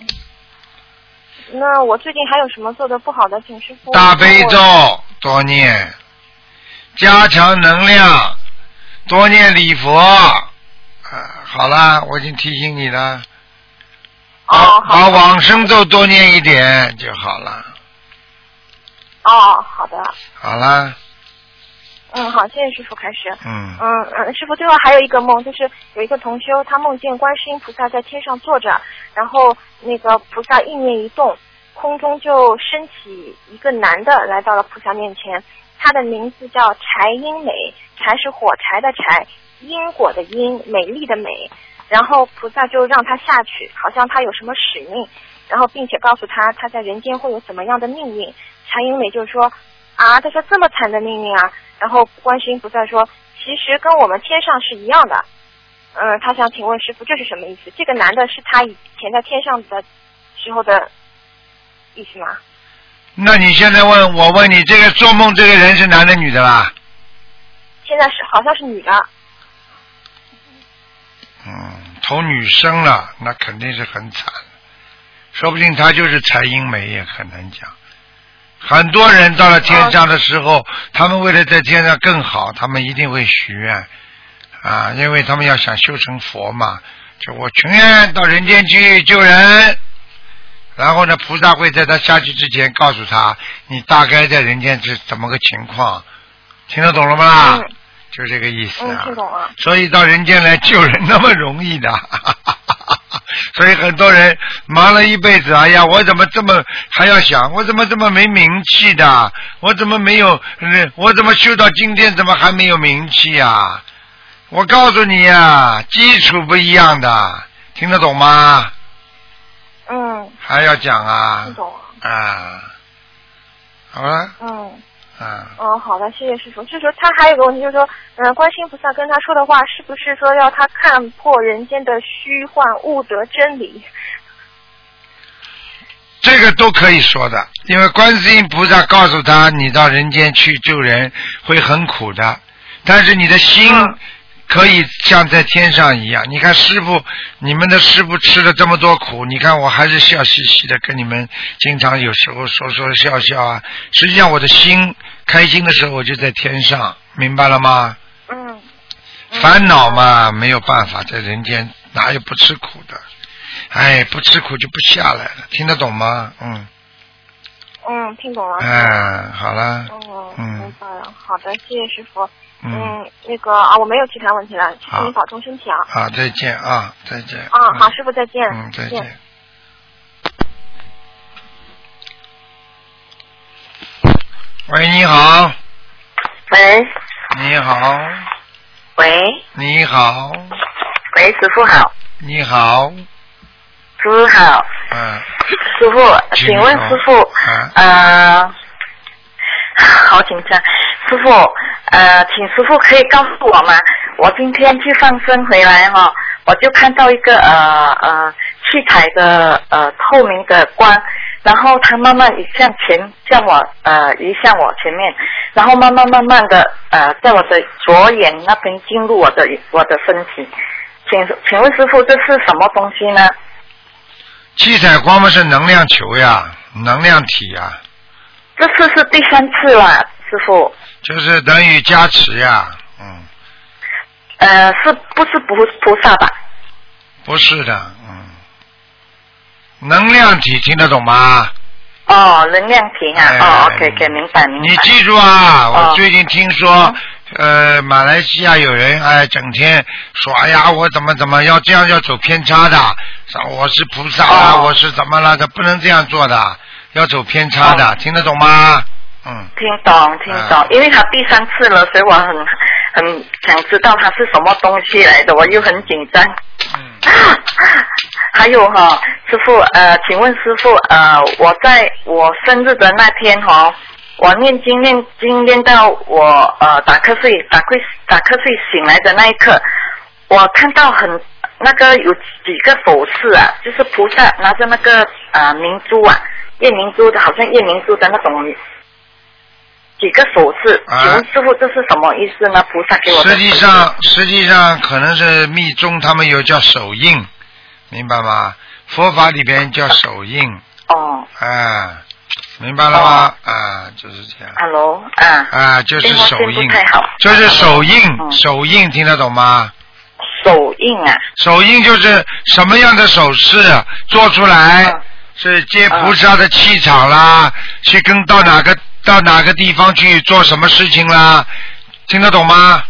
那我最近还有什么做的不好的，请师傅大悲帮我咒多念，加强能量，多念礼佛。啊，好啦，我已经提醒你了。哦，把往生咒多念一点就好了。哦，好的，好啦，嗯，好，现在师傅开始。嗯嗯嗯，师傅，最后还有一个梦，就是有一个同修，他梦见观世音菩萨在天上坐着，然后那个菩萨意念一动，空中就升起一个男的来到了菩萨面前，他的名字叫柴英美，柴是火柴的柴，因果的因，美丽的美。然后菩萨就让他下去，好像他有什么使命，然后并且告诉他他在人间会有怎么样的命运。柴英美就说啊，他说这么惨的命运啊！然后观世音菩萨说，其实跟我们天上是一样的。嗯，他想请问师傅，这是什么意思？这个男的是他以前在天上的时候的意思吗？那你现在问我问你，这个做梦这个人是男的女的啦？现在是好像是女的。嗯，投女生了，那肯定是很惨，说不定他就是柴英梅也很难讲。很多人到了天上的时候，他们为了在天上更好，他们一定会许愿啊，因为他们要想修成佛嘛。就我情愿到人间去救人，然后呢，菩萨会在他下去之前告诉他，你大概在人间是怎么个情况，听得懂了吗？嗯就这个意思嗯啊。，听懂了。所以到人间来救人那么容易的， (laughs) 所以很多人忙了一辈子，哎呀，我怎么这么还要想，我怎么这么没名气的，我怎么没有，呃我怎么修到今天怎么还没有名气呀、我告诉你呀、啊基础不一样的，听得懂吗？嗯，还要讲啊听懂了。啊，好了嗯。啊，哦，好的，谢谢师傅。就是说他还有个问题，就是说，嗯、观世音菩萨跟他说的话，是不是说要他看破人间的虚幻，悟得真理？这个都可以说的，因为观世音菩萨告诉他，你到人间去救人会很苦的，但是你的心嗯可以像在天上一样。你看师傅，你们的师傅吃了这么多苦，你看我还是笑嘻嘻的跟你们经常有时候说说笑笑啊。实际上我的心开心的时候，我就在天上，明白了吗？嗯。烦恼嘛，没有办法，在人间哪有不吃苦的？哎，不吃苦就不下来了，听得懂吗？嗯。嗯，听懂了。哎，好了，哦，啊嗯，好的，谢谢师傅。嗯嗯，那个啊，我没有其他问题了，师好傅你保重身体啊。好，再见啊，再见。啊，好，师傅再见。嗯，再见。。喂，你好，喂你好，喂你好，喂，师傅好，你好，师傅好，嗯，师傅，请问师傅，啊，呃，好紧张，师傅，呃，请师傅可以告诉我吗？我今天去放生回来哈、哦，我就看到一个呃呃七彩的呃透明的光，然后它慢慢移向前，向我呃移向我前面，然后慢慢慢慢的呃在我的左眼那边进入我的我的身体，请请问师傅这是什么东西呢？七彩光嘛是能量球呀，能量体呀，这次是第三次了，师傅。就是等于加持呀，呃，是不是菩菩萨吧？不是的，嗯，能量体听得懂吗？哦，能量瓶啊，哦，OK OK，明白明白。你记住啊，哦我最近听说，呃，马来西亚有人哎，整天说，哎呀，我怎么怎么要这样要走偏差的，说我是菩萨啦，我是怎么了的，不能这样做的，要走偏差的，听得懂吗？嗯，听懂听懂，因为他第三次了，所以我很很想知道它是什么东西来的，我又很紧张。 (laughs) 还有哈、师傅，呃，请问师傅，呃，我在我生日的那天哈、我念经念经念到我呃打瞌睡打瞌打瞌睡醒来的那一刻，我看到很那个有几个手势啊，就是菩萨拿着那个呃明珠啊，夜明珠的，好像夜明珠的那种几个手势，啊请问师傅这是什么意思呢？菩萨给我的实际上实际上可能是密宗他们有叫手印，明白吗？佛法里边叫手印。哦。哎，明白了吗？啊，就是这样。 Hello 啊啊，就是手电话线印不太好，啊嗯就是手印，手印听得懂吗？手印啊。手印就是什么样的手势做出来，嗯是接菩萨的气场啦，去跟到哪个到哪个地方去做什么事情啦，听得懂吗？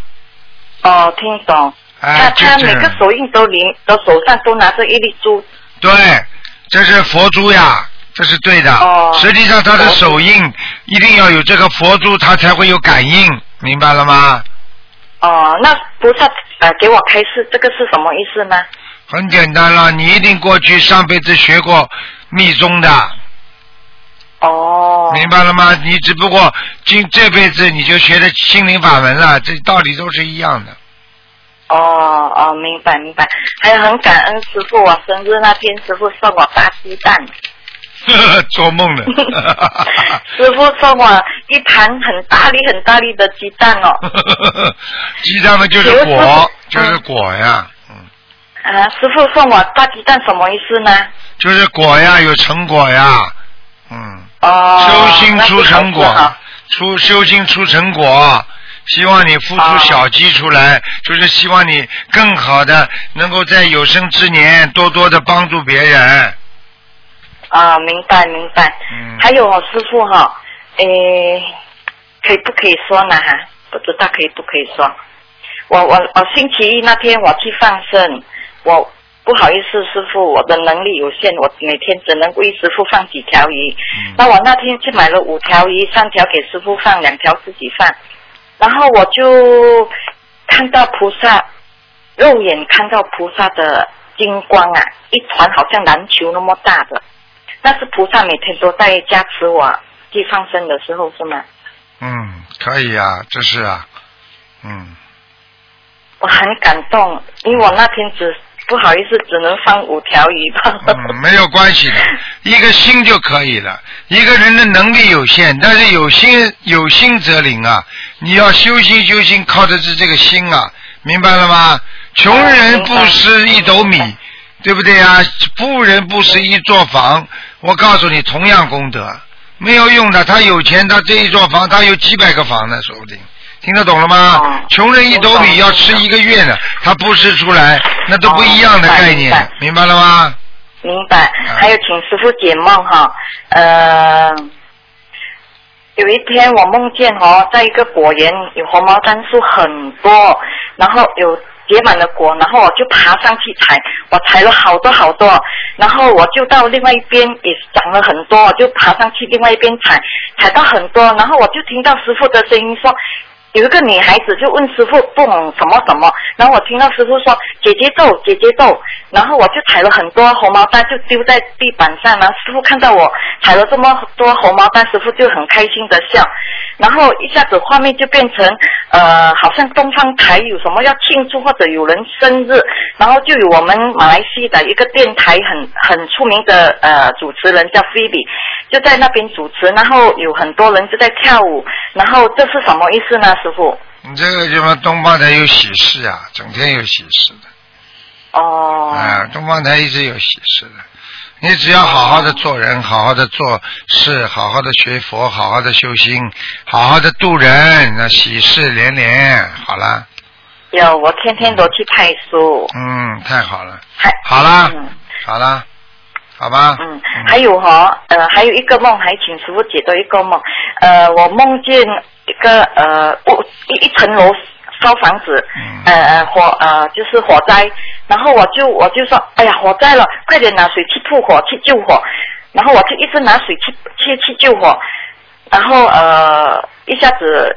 哦，听懂。哎，就他这每样个手印都领，都手上都拿着一粒珠。对，这是佛珠呀，这是对的。哦实际上，他的手印一定要有这个佛珠，他才会有感应，明白了吗？哦，那菩萨呃给我开示，这个是什么意思呢？很简单了，你一定过去上辈子学过密宗的。哦。明白了吗？你只不过今这辈子你就学的心灵法门了，这道理都是一样的。 (laughs) 哦哦，明白明白。还有很感恩师傅，我生日那天师傅送我大鸡蛋，做梦 (laughs) 的。师傅送我一盘很大粒很大粒的鸡蛋哦。鸡蛋嘛就是有时候果，就是果呀，啊，师傅送我大鸡蛋什么意思呢？就是果呀，有成果呀。嗯哦。修心出成那是啊好事果哈，出修心出成果。希望你付啊出小积出来，就是希望你更好的能够在有生之年多多的帮助别人。啊，明白明白。还有哦，师傅哈、诶，可以不可以说呢？哈，不知道可以不可以说。我我我星期一那天我去放生，我不好意思，师傅，我的能力有限，我每天只能为师傅放几条鱼。那我那天去买了五条鱼，三条给师傅放，两条自己放。然后我就看到菩萨，肉眼看到菩萨的金光啊，一团好像篮球那么大的。那是菩萨每天都在加持我去放生的时候是吗？嗯，可以啊，这是啊，嗯，我很感动，因为我那天只不好意思只能放五条鱼吧。嗯没有关 (laughs) 系的，一个心就可以了。一个人的能力有限，但是有心有心则灵啊。你要修心修心，靠的是这个心啊，明白了吗？穷人不施一斗米，对不对啊？富人不施一座房。我告诉你，同样功德没有用的。他有钱，他这一座房，他有几百个房呢，说不定。听得懂了吗？哦穷人一斗米要吃一个月呢，他不吃出来，那都不一样的哦明白概念，明白了吗？明白。还有请师傅解梦哈，呃，有一天我梦见哦，在一个果园有红毛丹树很多，然后有结满了果，然后我就爬上去采，我采了好多好多，然后我就到另外一边也长了很多，我就爬上去另外一边采，采到很多，然后我就听到师傅的声音说。有一个女孩子就问师傅不懂什么什么，然后我听到师傅说姐姐咒姐姐咒，然后我就采了很多红毛丹就丢在地板上，然后师傅看到我采了这么多红毛丹，师傅就很开心的笑，然后一下子画面就变成呃好像东方台有什么要庆祝或者有人生日，然后就有我们马来西亚的一个电台很很出名的呃主持人叫菲比，就在那边主持，然后有很多人就在跳舞，然后这是什么意思呢？师傅。你这个地方东方台有喜事啊，整天有喜事的。哦。啊，东方台一直有喜事的。你只要好好的做人，好好的做事，好好的学佛，好好的修心，好好的度人，那喜事连连。好了，有，我天天都去看书。嗯嗯，太好了，好啦，好啦，好吧。嗯。还有哈、呃，还有一个梦，还请师傅解读一个梦。呃，我梦见一个呃，我一一层楼烧房子，呃呃火呃就是火灾，然后我就我就说，哎呀火灾了，快点拿水去扑火去救火，然后我就一直拿水去去去救火，然后呃一下子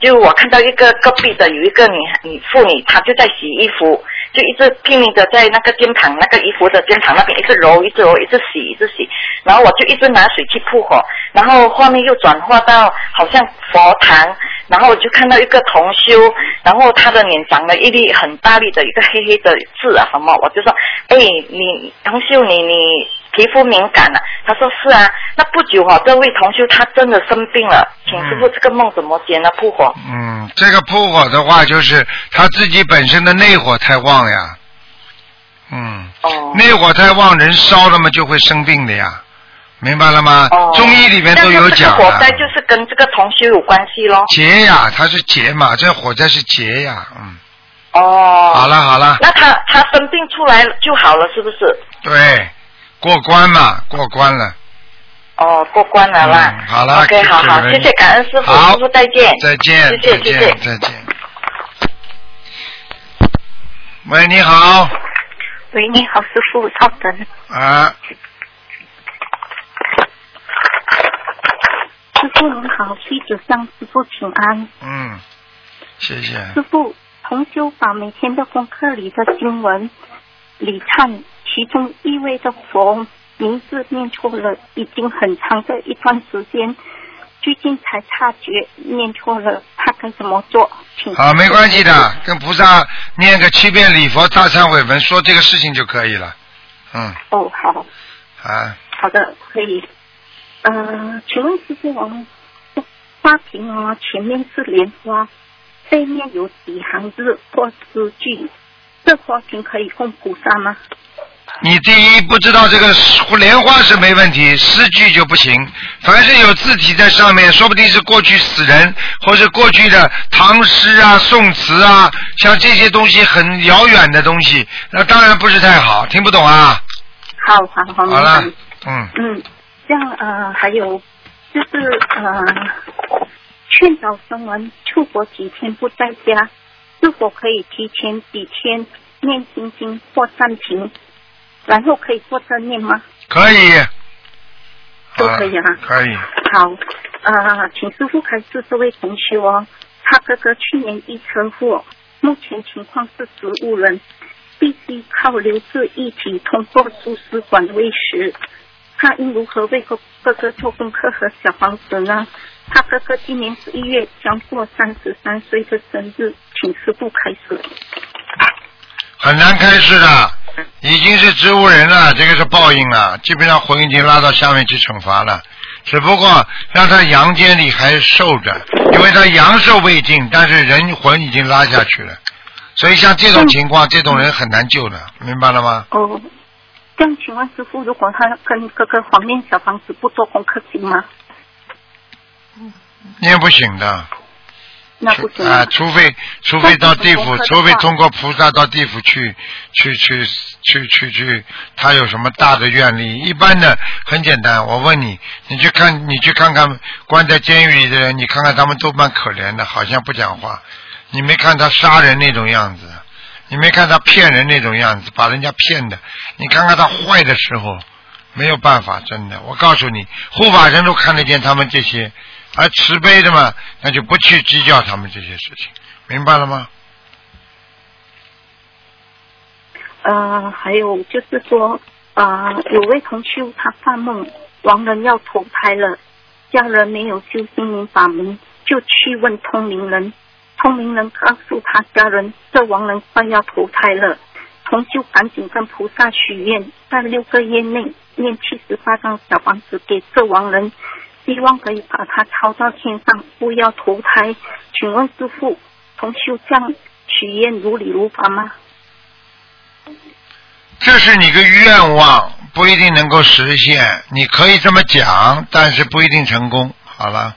就我看到一个隔壁的有一个女女妇女，她就在洗衣服，就一直拼命的在那个肩膀那个衣服的肩膀那边一直揉，一直揉，一直洗，一直洗。然后我就一直拿水去扑火，然后画面又转化到好像佛堂，然后我就看到一个同修，然后他的脸长了一粒很大粒的一个黑黑的痣啊什么，我就说，哎，你同修你你皮肤敏感了、他说是啊，那不久哦，这位同修他真的生病了，请师傅这个梦怎么解呢？扑火。嗯，这个扑火的话，就是他自己本身的内火太旺呀。嗯。哦。内火太旺，人烧了嘛，就会生病的呀。明白了吗？哦，中啊医里面都有讲但是这个啊火。灾就是跟这个同修有关系咯。劫呀，它是劫嘛，这火灾是劫呀，嗯。哦。好了好了，那他他生病出来就好了，是不是？对，过关嘛，过关了。哦，过关了啦。嗯好了 OK，好好，谢谢谢谢感恩师傅，好师傅再见。再见，再谢谢谢谢见，。再见。喂，你好，喂，你好，师傅，稍等。啊，师傅您好，弟子向师傅请安。嗯，谢谢。师傅，同修把每天的功课里的经文里看，其中一位的佛名字念错了，已经很长的一段时间，最近才察觉念错了，他该怎么做？请。好，没关系的，跟菩萨念个七遍礼佛大忏悔文，说这个事情就可以了。嗯，哦，好啊，好的，可以。呃，请问师傅，我们花瓶哦，前面是莲花，背面有几行字或诗句，这花瓶可以供菩萨吗？你第一不知道这个莲花是没问题，诗句就不行。凡是有字体在上面，说不定是过去死人，或是过去的唐诗啊、宋词啊，像这些东西很遥远的东西，那当然不是太好，听不懂啊。好好好，好了明白，嗯，嗯，这样呃，还有就是呃，劝导生完出国几天不在家，是否可以提前几天念心经或暂停，然后可以坐着念吗？可以。都可以啊。可以。好，呃，请师傅开示这位同学哦，他哥哥去年一车祸，目前情况是植物人，必须靠留置一体通过输食管喂食。他应如何为哥哥哥做功课和小房子呢？他哥哥今年十一月将过三十三岁的生日，请师傅开示。很难开始的，已经是植物人了，这个是报应了，基本上魂已经拉到下面去惩罚了，只不过让他阳间里还受着，因为他阳寿未尽，但是人魂已经拉下去了，所以像这嗯种情况，这种人很难救的，明白了吗？哦，这样请问师傅，如果他跟哥哥黄念小房子不做功课行吗？念不醒的，那不行啊，除非除非到地府那，不除能非喝的话通过菩萨到地府去去去去去去，他有什么大的愿力？一般的很简单，我问你，你去看你去看看关在监狱里的人，你看看他们都蛮可怜的，好像不讲话。你没看他杀人那种样子，你没看他骗人那种样子，把人家骗的。你看看他坏的时候，没有办法，真的。我告诉你，护法神都看得见他们这些，而慈悲的嘛，那就不去计较他们这些事情，明白了吗？呃，还有就是说，啊、有位同修他发梦，亡人要投胎了，家人没有修心灵法门，就去问通灵人，通灵人告诉他家人，这亡人快要投胎了，同修赶紧跟菩萨许愿，在六个月内念七十八张小房子给这亡人，希望可以把他抄到天上，不要投胎。请问师傅，同修这样许愿如理如法吗？这是你个愿望，不一定能够实现。你可以这么讲，但是不一定成功。好了，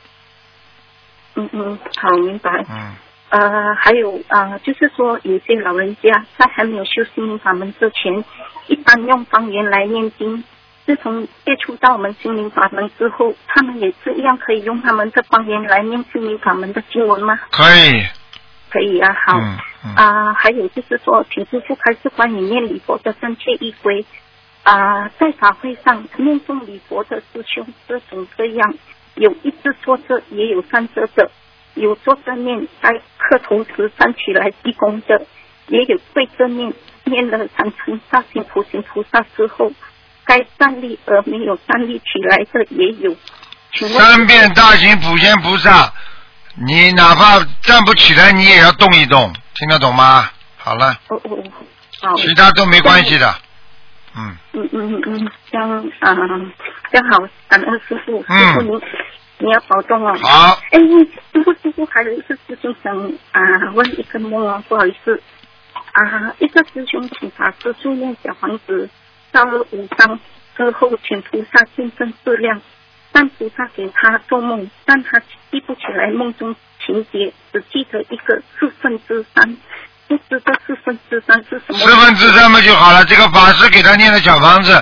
嗯嗯，好，明白。嗯。呃，还有啊、呃就是说有些老人家在还没有修心灵法门之前，一般用方言来念经。自从接触到我们心灵法门之后，他们也是一样可以用他们的方言来念心灵法门的经文吗？可以，可以啊，好。嗯嗯。啊、还有就是说，请师傅开示关于念礼佛的正确依规。啊、在法会上念诵礼佛的师兄各种各样，有一直坐着，也有站着的，有坐着念在磕头时站起来鞠躬的，也有跪着念，念了三称大行普行菩萨之后，该站立而没有站立起来的也有。请问三遍大行普贤菩萨，你哪怕站不起来，你也要动一动，听得懂吗？好了，哦哦，哦好。其他都没关系的。嗯，嗯嗯嗯嗯，这样啊，这样好，感恩师傅，师傅您你要保重哦。好。哎，师傅师傅还有一个师兄想啊问一个梦哦，不好意思啊，一个师兄请法师助念小房子烧了五张之后，请菩萨见证质量，但菩萨给他做梦，但他记不起来梦中情节，只记得一个四分之三，不知道四分之三是什么。四分之三嘛就好了。这个法师给他念的小房子，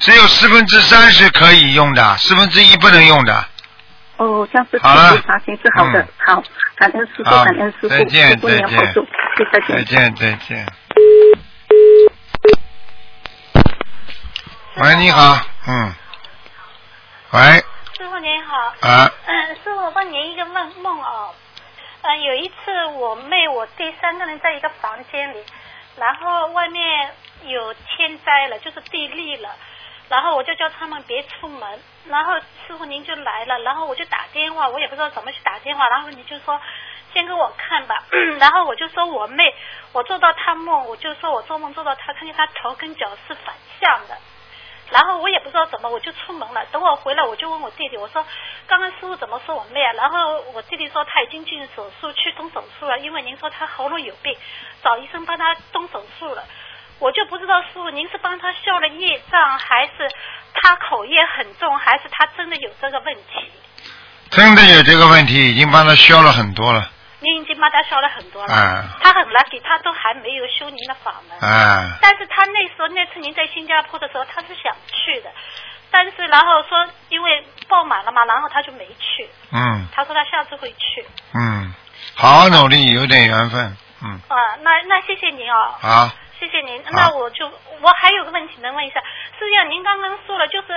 只有四分之三是可以用的，四分之一不能用的。哦，这样子好了体育查询是好的，嗯好，感恩师傅，好感恩师傅，再见师傅你要再见保重，谢谢再见再。见，再见。喂，你好，嗯，喂，师傅您好。啊嗯，师傅，我问您一个梦梦哦。嗯，有一次我妹我弟三个人在一个房间里，然后外面有天灾了，就是地裂了，然后我就叫他们别出门，然后师傅您就来了，然后我就打电话，我也不知道怎么去打电话，然后你就说先给我看吧， (clears throat) 然后我就说我妹，我做到她梦，我就说我做梦做到她，看见她头跟脚是反向的。然后我也不知道怎么，我就出门了。等我回来，我就问我弟弟，我说刚刚师傅怎么说我妹啊？然后我弟弟说他已经进手术，去动手术了，因为您说他喉咙有病，找医生帮他动手术了。我就不知道师傅您是帮他消了业障，还是他口业很重，还是他真的有这个问题？真的有这个问题，已经帮他消了很多了，您已经帮他消了很多了，哎他很 lucky，他都还没有修您的法门。哎。但是他那时候那次您在新加坡的时候，他是想去的，但是然后说因为爆满了嘛，然后他就没去。嗯他说他下次会去。嗯，好好努力，有点缘分，嗯，啊、那那谢谢您哦，好，谢谢您。那我就我还有个问题能问一下，是这样，您刚刚说了，就是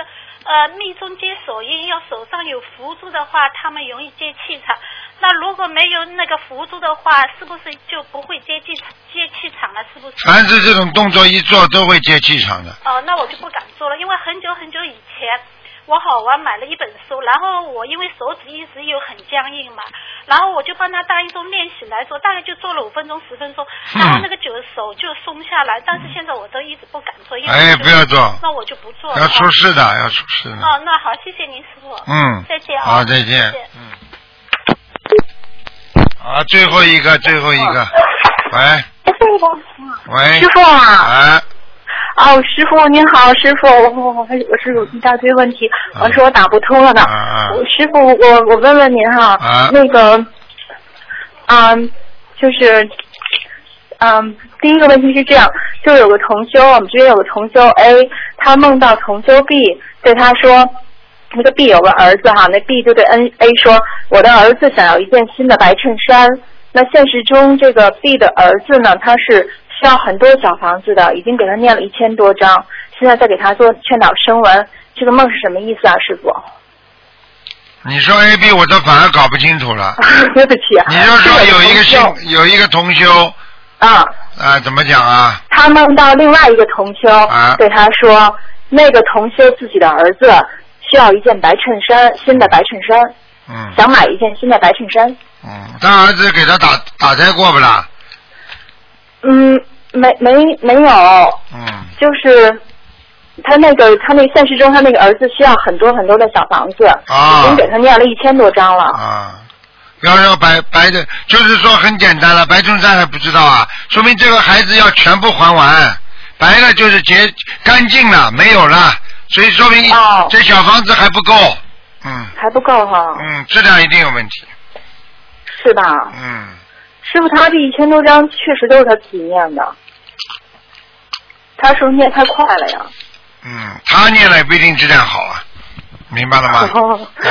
呃密宗接手印，要手上有佛珠的话，他们容易接气场。那如果没有那个佛珠的话，是不是就不会接气接气场了？是不是？凡是这种动作一做都会接气场的，哦，那我就不敢做了，因为很久很久以前，我好玩买了一本书，然后我因为手指一直有很僵硬嘛，然后我就帮他大一中练习来做，大概就做了五分钟十分钟，然后那个就手就松下来，但是现在我都一直不敢做，因为哎我就不要做那我就不做了，要出事的，要出事的，哦，那好，谢谢您师傅，嗯再见啊，好再见嗯谢谢啊，最后一个，最后一个，喂喂，师傅啊哎，哦，师傅您好，师傅，我我我我是有一大堆问题，我说我打不通了呢。啊师傅，我我问问您哈、啊那个，啊、嗯，就是嗯，第一个问题是这样，就有个同修，我们之前有个同修 A，他梦到同修 B 对他说，那个 B 有个儿子哈，那 B 就对 N A 说，我的儿子想要一件新的白衬衫。那现实中这个 B 的儿子呢，他是需要很多小房子的，已经给他念了一千多章，现在在给他做劝导声文。这个梦是什么意思啊，师傅？你说 A B，我都反而搞不清楚了。对不起啊。你就说哎有一个新有一个同修啊，啊，怎么讲啊？他梦到另外一个同修、啊对他说，那个同修自己的儿子需要一件白衬衫，新的白衬衫，嗯想买一件新的白衬衫。嗯，他儿子给他打打胎过不啦？嗯，没没没有，嗯，就是他那个他那现实中他那个儿子需要很多很多的小房子，啊已经给他念了一千多张了。啊，要要白白的，就是说很简单了，白衬衫还不知道啊，说明这个孩子要全部还完，白了就是结干净了，没有了，所以说明这小房子还不够，嗯还不够哈，嗯，质量一定有问题，是吧？嗯，师傅，他这一千多张确实都是他自己念的，他是不是念太快 (laughs) 了呀？嗯，他念了也不一定质量好啊，明白了吗？哦 (laughs) 嗯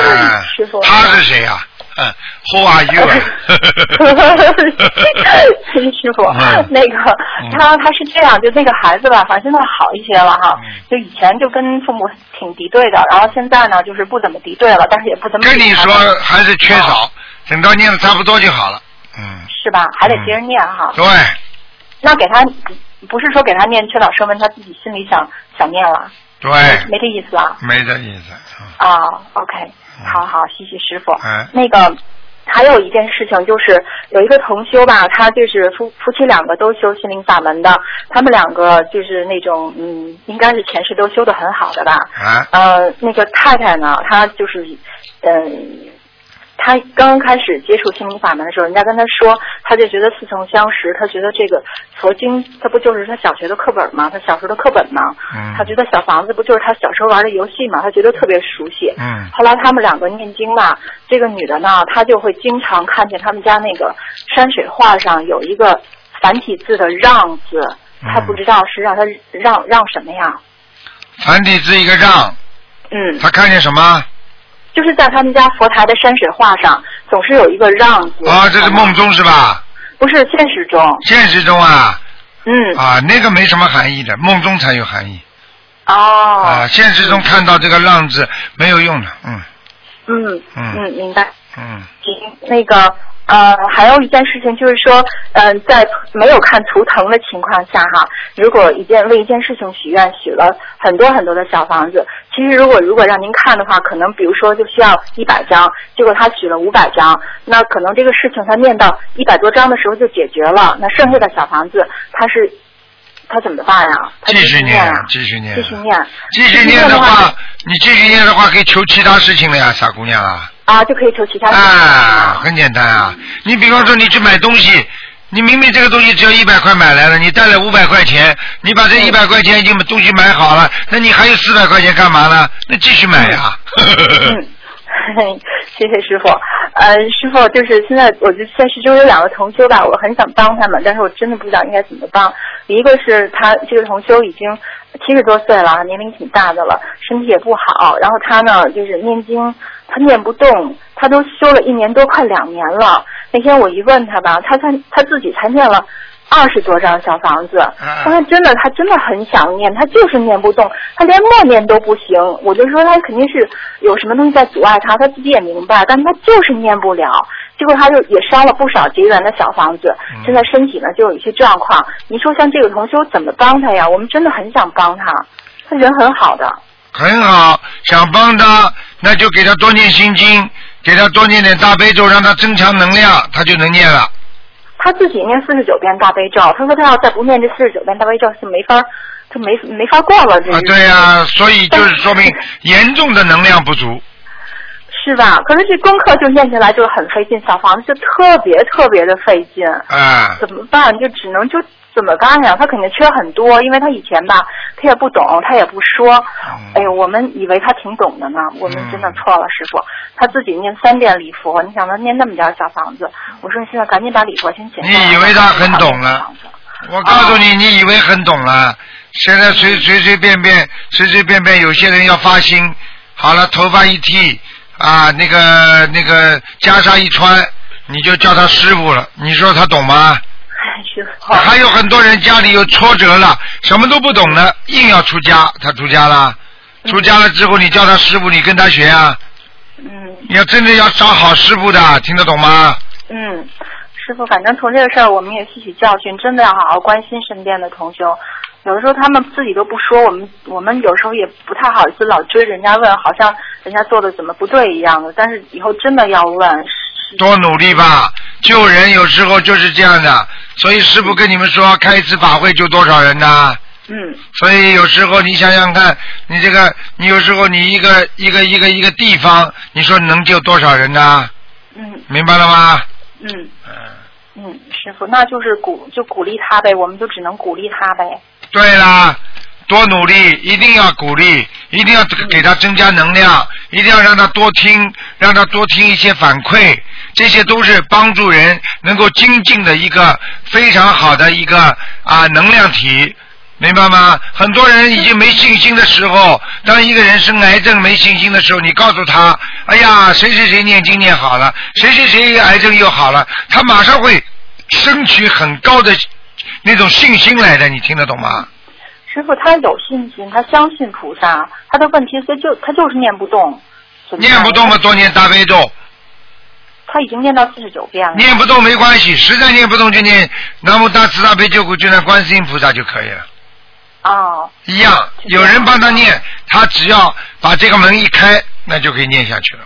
师傅，他是谁呀、嗯，Who are you？啊 (laughs) 师傅，嗯那个他他是这样，就那个孩子吧，反正现在好一些了哈。嗯就以前就跟父母挺敌对的，然后现在呢，就是不怎么敌对了，但是也不怎么跟你理他说们还是缺少，啊等到念的差不多就好了。是吧？还得别人念哈。对，那给他不是说给他念缺少声文，他自己心里想想念了，对，没这意思啊。没这意思。啊，OK，好好，谢谢师傅。哎，那个还有一件事情就是，有一个同修吧，他就是夫夫妻两个都修心灵法门的，他们两个就是那种嗯，应该是前世都修的很好的吧。啊，呃，那个太太呢，她就是嗯。她刚刚开始接触心灵法门的时候，人家跟她说，她就觉得似曾相识。她觉得这个佛经，它不就是她小学的课本吗？她小时候的课本吗？嗯她觉得小房子不就是她小时候玩的游戏吗？她觉得特别熟悉。嗯后来他们两个念经吧，这个女的呢，她就会经常看见他们家那个山水画上有一个繁体字的“让”字，嗯她不知道是让她让让什么呀？繁体字一个让，嗯，他看见什么？就是在他们家佛台的山水画上，总是有一个“让”字。啊，这是梦中是吧？嗯不是现实中。现实中啊。嗯。啊，那个没什么含义的，梦中才有含义。哦。啊，现实中看到这个“浪”字没有用的，嗯嗯嗯嗯，明白。嗯行，那个呃，还有一件事情就是说，嗯、在没有看图腾的情况下哈，如果一件为一件事情许愿，许了很多很多的小房子，其实如果如果让您看的话，可能比如说就需要一百张，结果他许了五百张，那可能这个事情他念到一百多张的时候就解决了，那剩下的小房子他是他怎么办呀？他继续念啊，，继续念继，续念，继续念的话，你继续念的话可以求其他事情了呀，傻姑娘啊。啊，就可以求其他事情啊，很简单啊。你比方说你去买东西，你明明这个东西只要一百块买来了，你带了五百块钱，你把这一百块钱已经把东西买好了，那你还有四百块钱干嘛呢？那继续买呀、 (laughs) 嘿， (laughs) 谢谢师傅。呃，师傅，就是现在，我就现实中有两个同修吧，我很想帮他们，但是我真的不知道应该怎么帮。一个是他这个同修已经七十多岁了，年龄挺大的了，身体也不好，然后他呢就是念经，他念不动，他都修了一年多，快两年了。那天我一问他吧，他才他自己才念了。二十多张小房子，但他真的，他真的很想念，他就是念不动，他连默念都不行。我就说他肯定是有什么东西在阻碍他，他自己也明白，但他就是念不了。结果他就也烧了不少结缘的小房子，现在身体呢就有一些状况。你说像这个同修怎么帮他呀？我们真的很想帮他，他人很好的。很好，想帮他，那就给他多念心经，给他多念点大悲咒，让他增强能量，他就能念了。他自己念四十九遍大悲咒，他说他要再不念这四十九遍大悲咒是没法，就没没法过了。这啊，对呀、所以就是说明严重的能量不足。是吧？可是这功课就念起来就很费劲，小房子就特别特别的费劲，啊，怎么办？就只能就怎么干呀？他肯定缺很多，因为他以前吧，他也不懂，他也不说。嗯哎呦，我们以为他挺懂的呢，我们真的错了，师傅。他自己念三遍礼佛，你想他念那么点儿小房子，我说你现在赶紧把礼佛先解。你以为他很懂了？我告诉哦你，你以为很懂了。现在随随随便便，随随便便，有些人要发心，好了，头发一剃啊，那个那个袈裟一穿，你就叫他师傅了。你说他懂吗？还有很多人家里有挫折了，什么都不懂呢，硬要出家，他出家了，出家了之后你叫他师傅，你跟他学啊。嗯。你要真的要找好师傅的，听得懂吗？嗯，师傅，反正从这个事儿我们也吸取教训，真的要好好关心身边的同修。有的时候他们自己都不说，我们我们有时候也不太好意思老追人家问，好像人家做的怎么不对一样的。但是以后真的要问，多努力吧，救人有时候就是这样的。所以师傅跟你们说，开一次法会救多少人呐？嗯。所以有时候你想想看，你这个，你有时候你一个一个一个一个地方，你说能救多少人呐？嗯明白了吗？嗯嗯，师傅，那就是鼓就鼓励他呗，我们就只能鼓励他呗。对啦，多努力，一定要鼓励，一定要给他增加能量，一定要让他多听，让他多听一些反馈，这些都是帮助人能够精进的一个非常好的一个啊能量体。明白吗？很多人已经没信心的时候，当一个人生癌症没信心的时候，你告诉他：“哎呀，谁谁谁念经念好了，谁谁谁癌症又好了。”他马上会升起很高的那种信心来的，你听得懂吗？师傅他有信心，他相信菩萨，他的问题是就他就是念不动，念不动嘛，多念大悲咒。他已经念到四十九遍了。念不动没关系，实在念不动就念南无大慈大悲救苦救难观世音菩萨就可以了。哦。一样，有人帮他念，他只要把这个门一开，那就可以念下去了。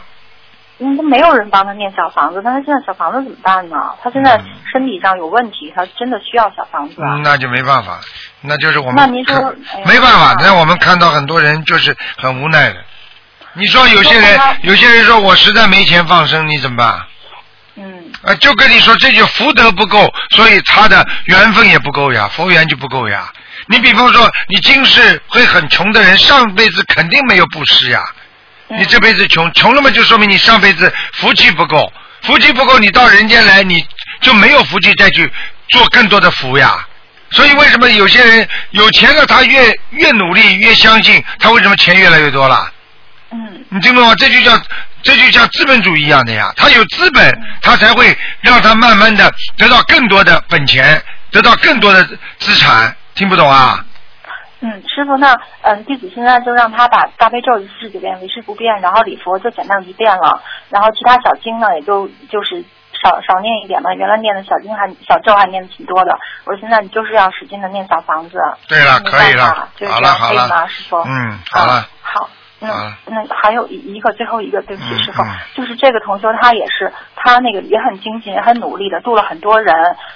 嗯，他没有人帮他念小房子，那他现在小房子怎么办呢？他现在身体上有问题，他真的需要小房子。嗯那就没办法，那就是我们那您说看哎呀没办法，那我们看到很多人就是很无奈的。你说有些人那他，有些人说我实在没钱放生，你怎么办？嗯。啊，就跟你说，这就福德不够，所以他的缘分也不够呀，佛缘就不够呀。你比方说，你今世会很穷的人，上辈子肯定没有布施呀。嗯你这辈子穷，穷了嘛，就说明你上辈子福气不够，福气不够，你到人间来，你就没有福气再去做更多的福呀。所以为什么有些人有钱了，他越越努力，越相信，他为什么钱越来越多了？你听懂吗？这就叫这就叫资本主义一样的呀，他有资本，他才会让他慢慢的得到更多的本钱，得到更多的资产。听不懂啊？嗯，师傅，那嗯，弟子现在就让他把大悲咒四十九遍维持不变，然后礼佛就减到一遍了，然后其他小经呢，也就就是少少念一点吧。原来念的小经还小咒还念的挺多的，我说现在你就是要使劲的念小房子。对了，没可以办了法，就是好这了样好可以吗了师傅，啊嗯，好了，好。那好了那还有一一个最后一个，对不起，师傅嗯，就是这个同修他也是他那个也很精进，也很努力的度了很多人。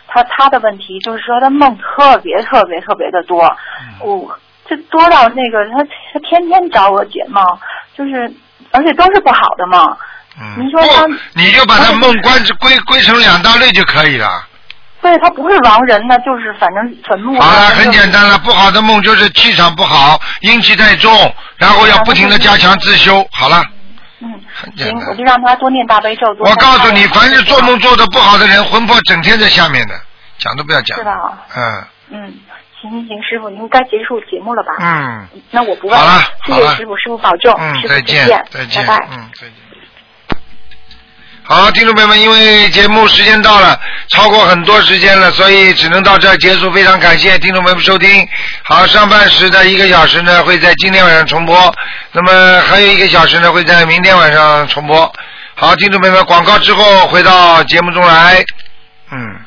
他他的问题就是说他梦特别特别特别的多，嗯我、这多到那个他他天天找我解梦，就是而且都是不好的梦。嗯。您说他你就把他梦关归归成两大类就可以了。对他不是亡人呢，就是反正坟墓啊。好了，很简单了，不好的梦就是气场不好，阴气太重，然后要不停的加强自修。好了，嗯，很简行，单。我就让他多念大悲咒。多我念告诉你，大悲咒凡是做梦做的不好的人，魂魄整天在下面的，讲都不要讲是。吧？嗯嗯，行行行，师傅，您该结束节目了吧？嗯，那我不问了，谢谢师傅，师傅保重，嗯师，傅再见见，，再见，拜拜。嗯，再见。好，听众朋友们，因为节目时间到了，超过很多时间了，所以只能到这儿结束。非常感谢听众朋友们收听。好，上半时的一个小时呢会在今天晚上重播，那么还有一个小时呢会在明天晚上重播。好，听众朋友们，广告之后回到节目中来。嗯。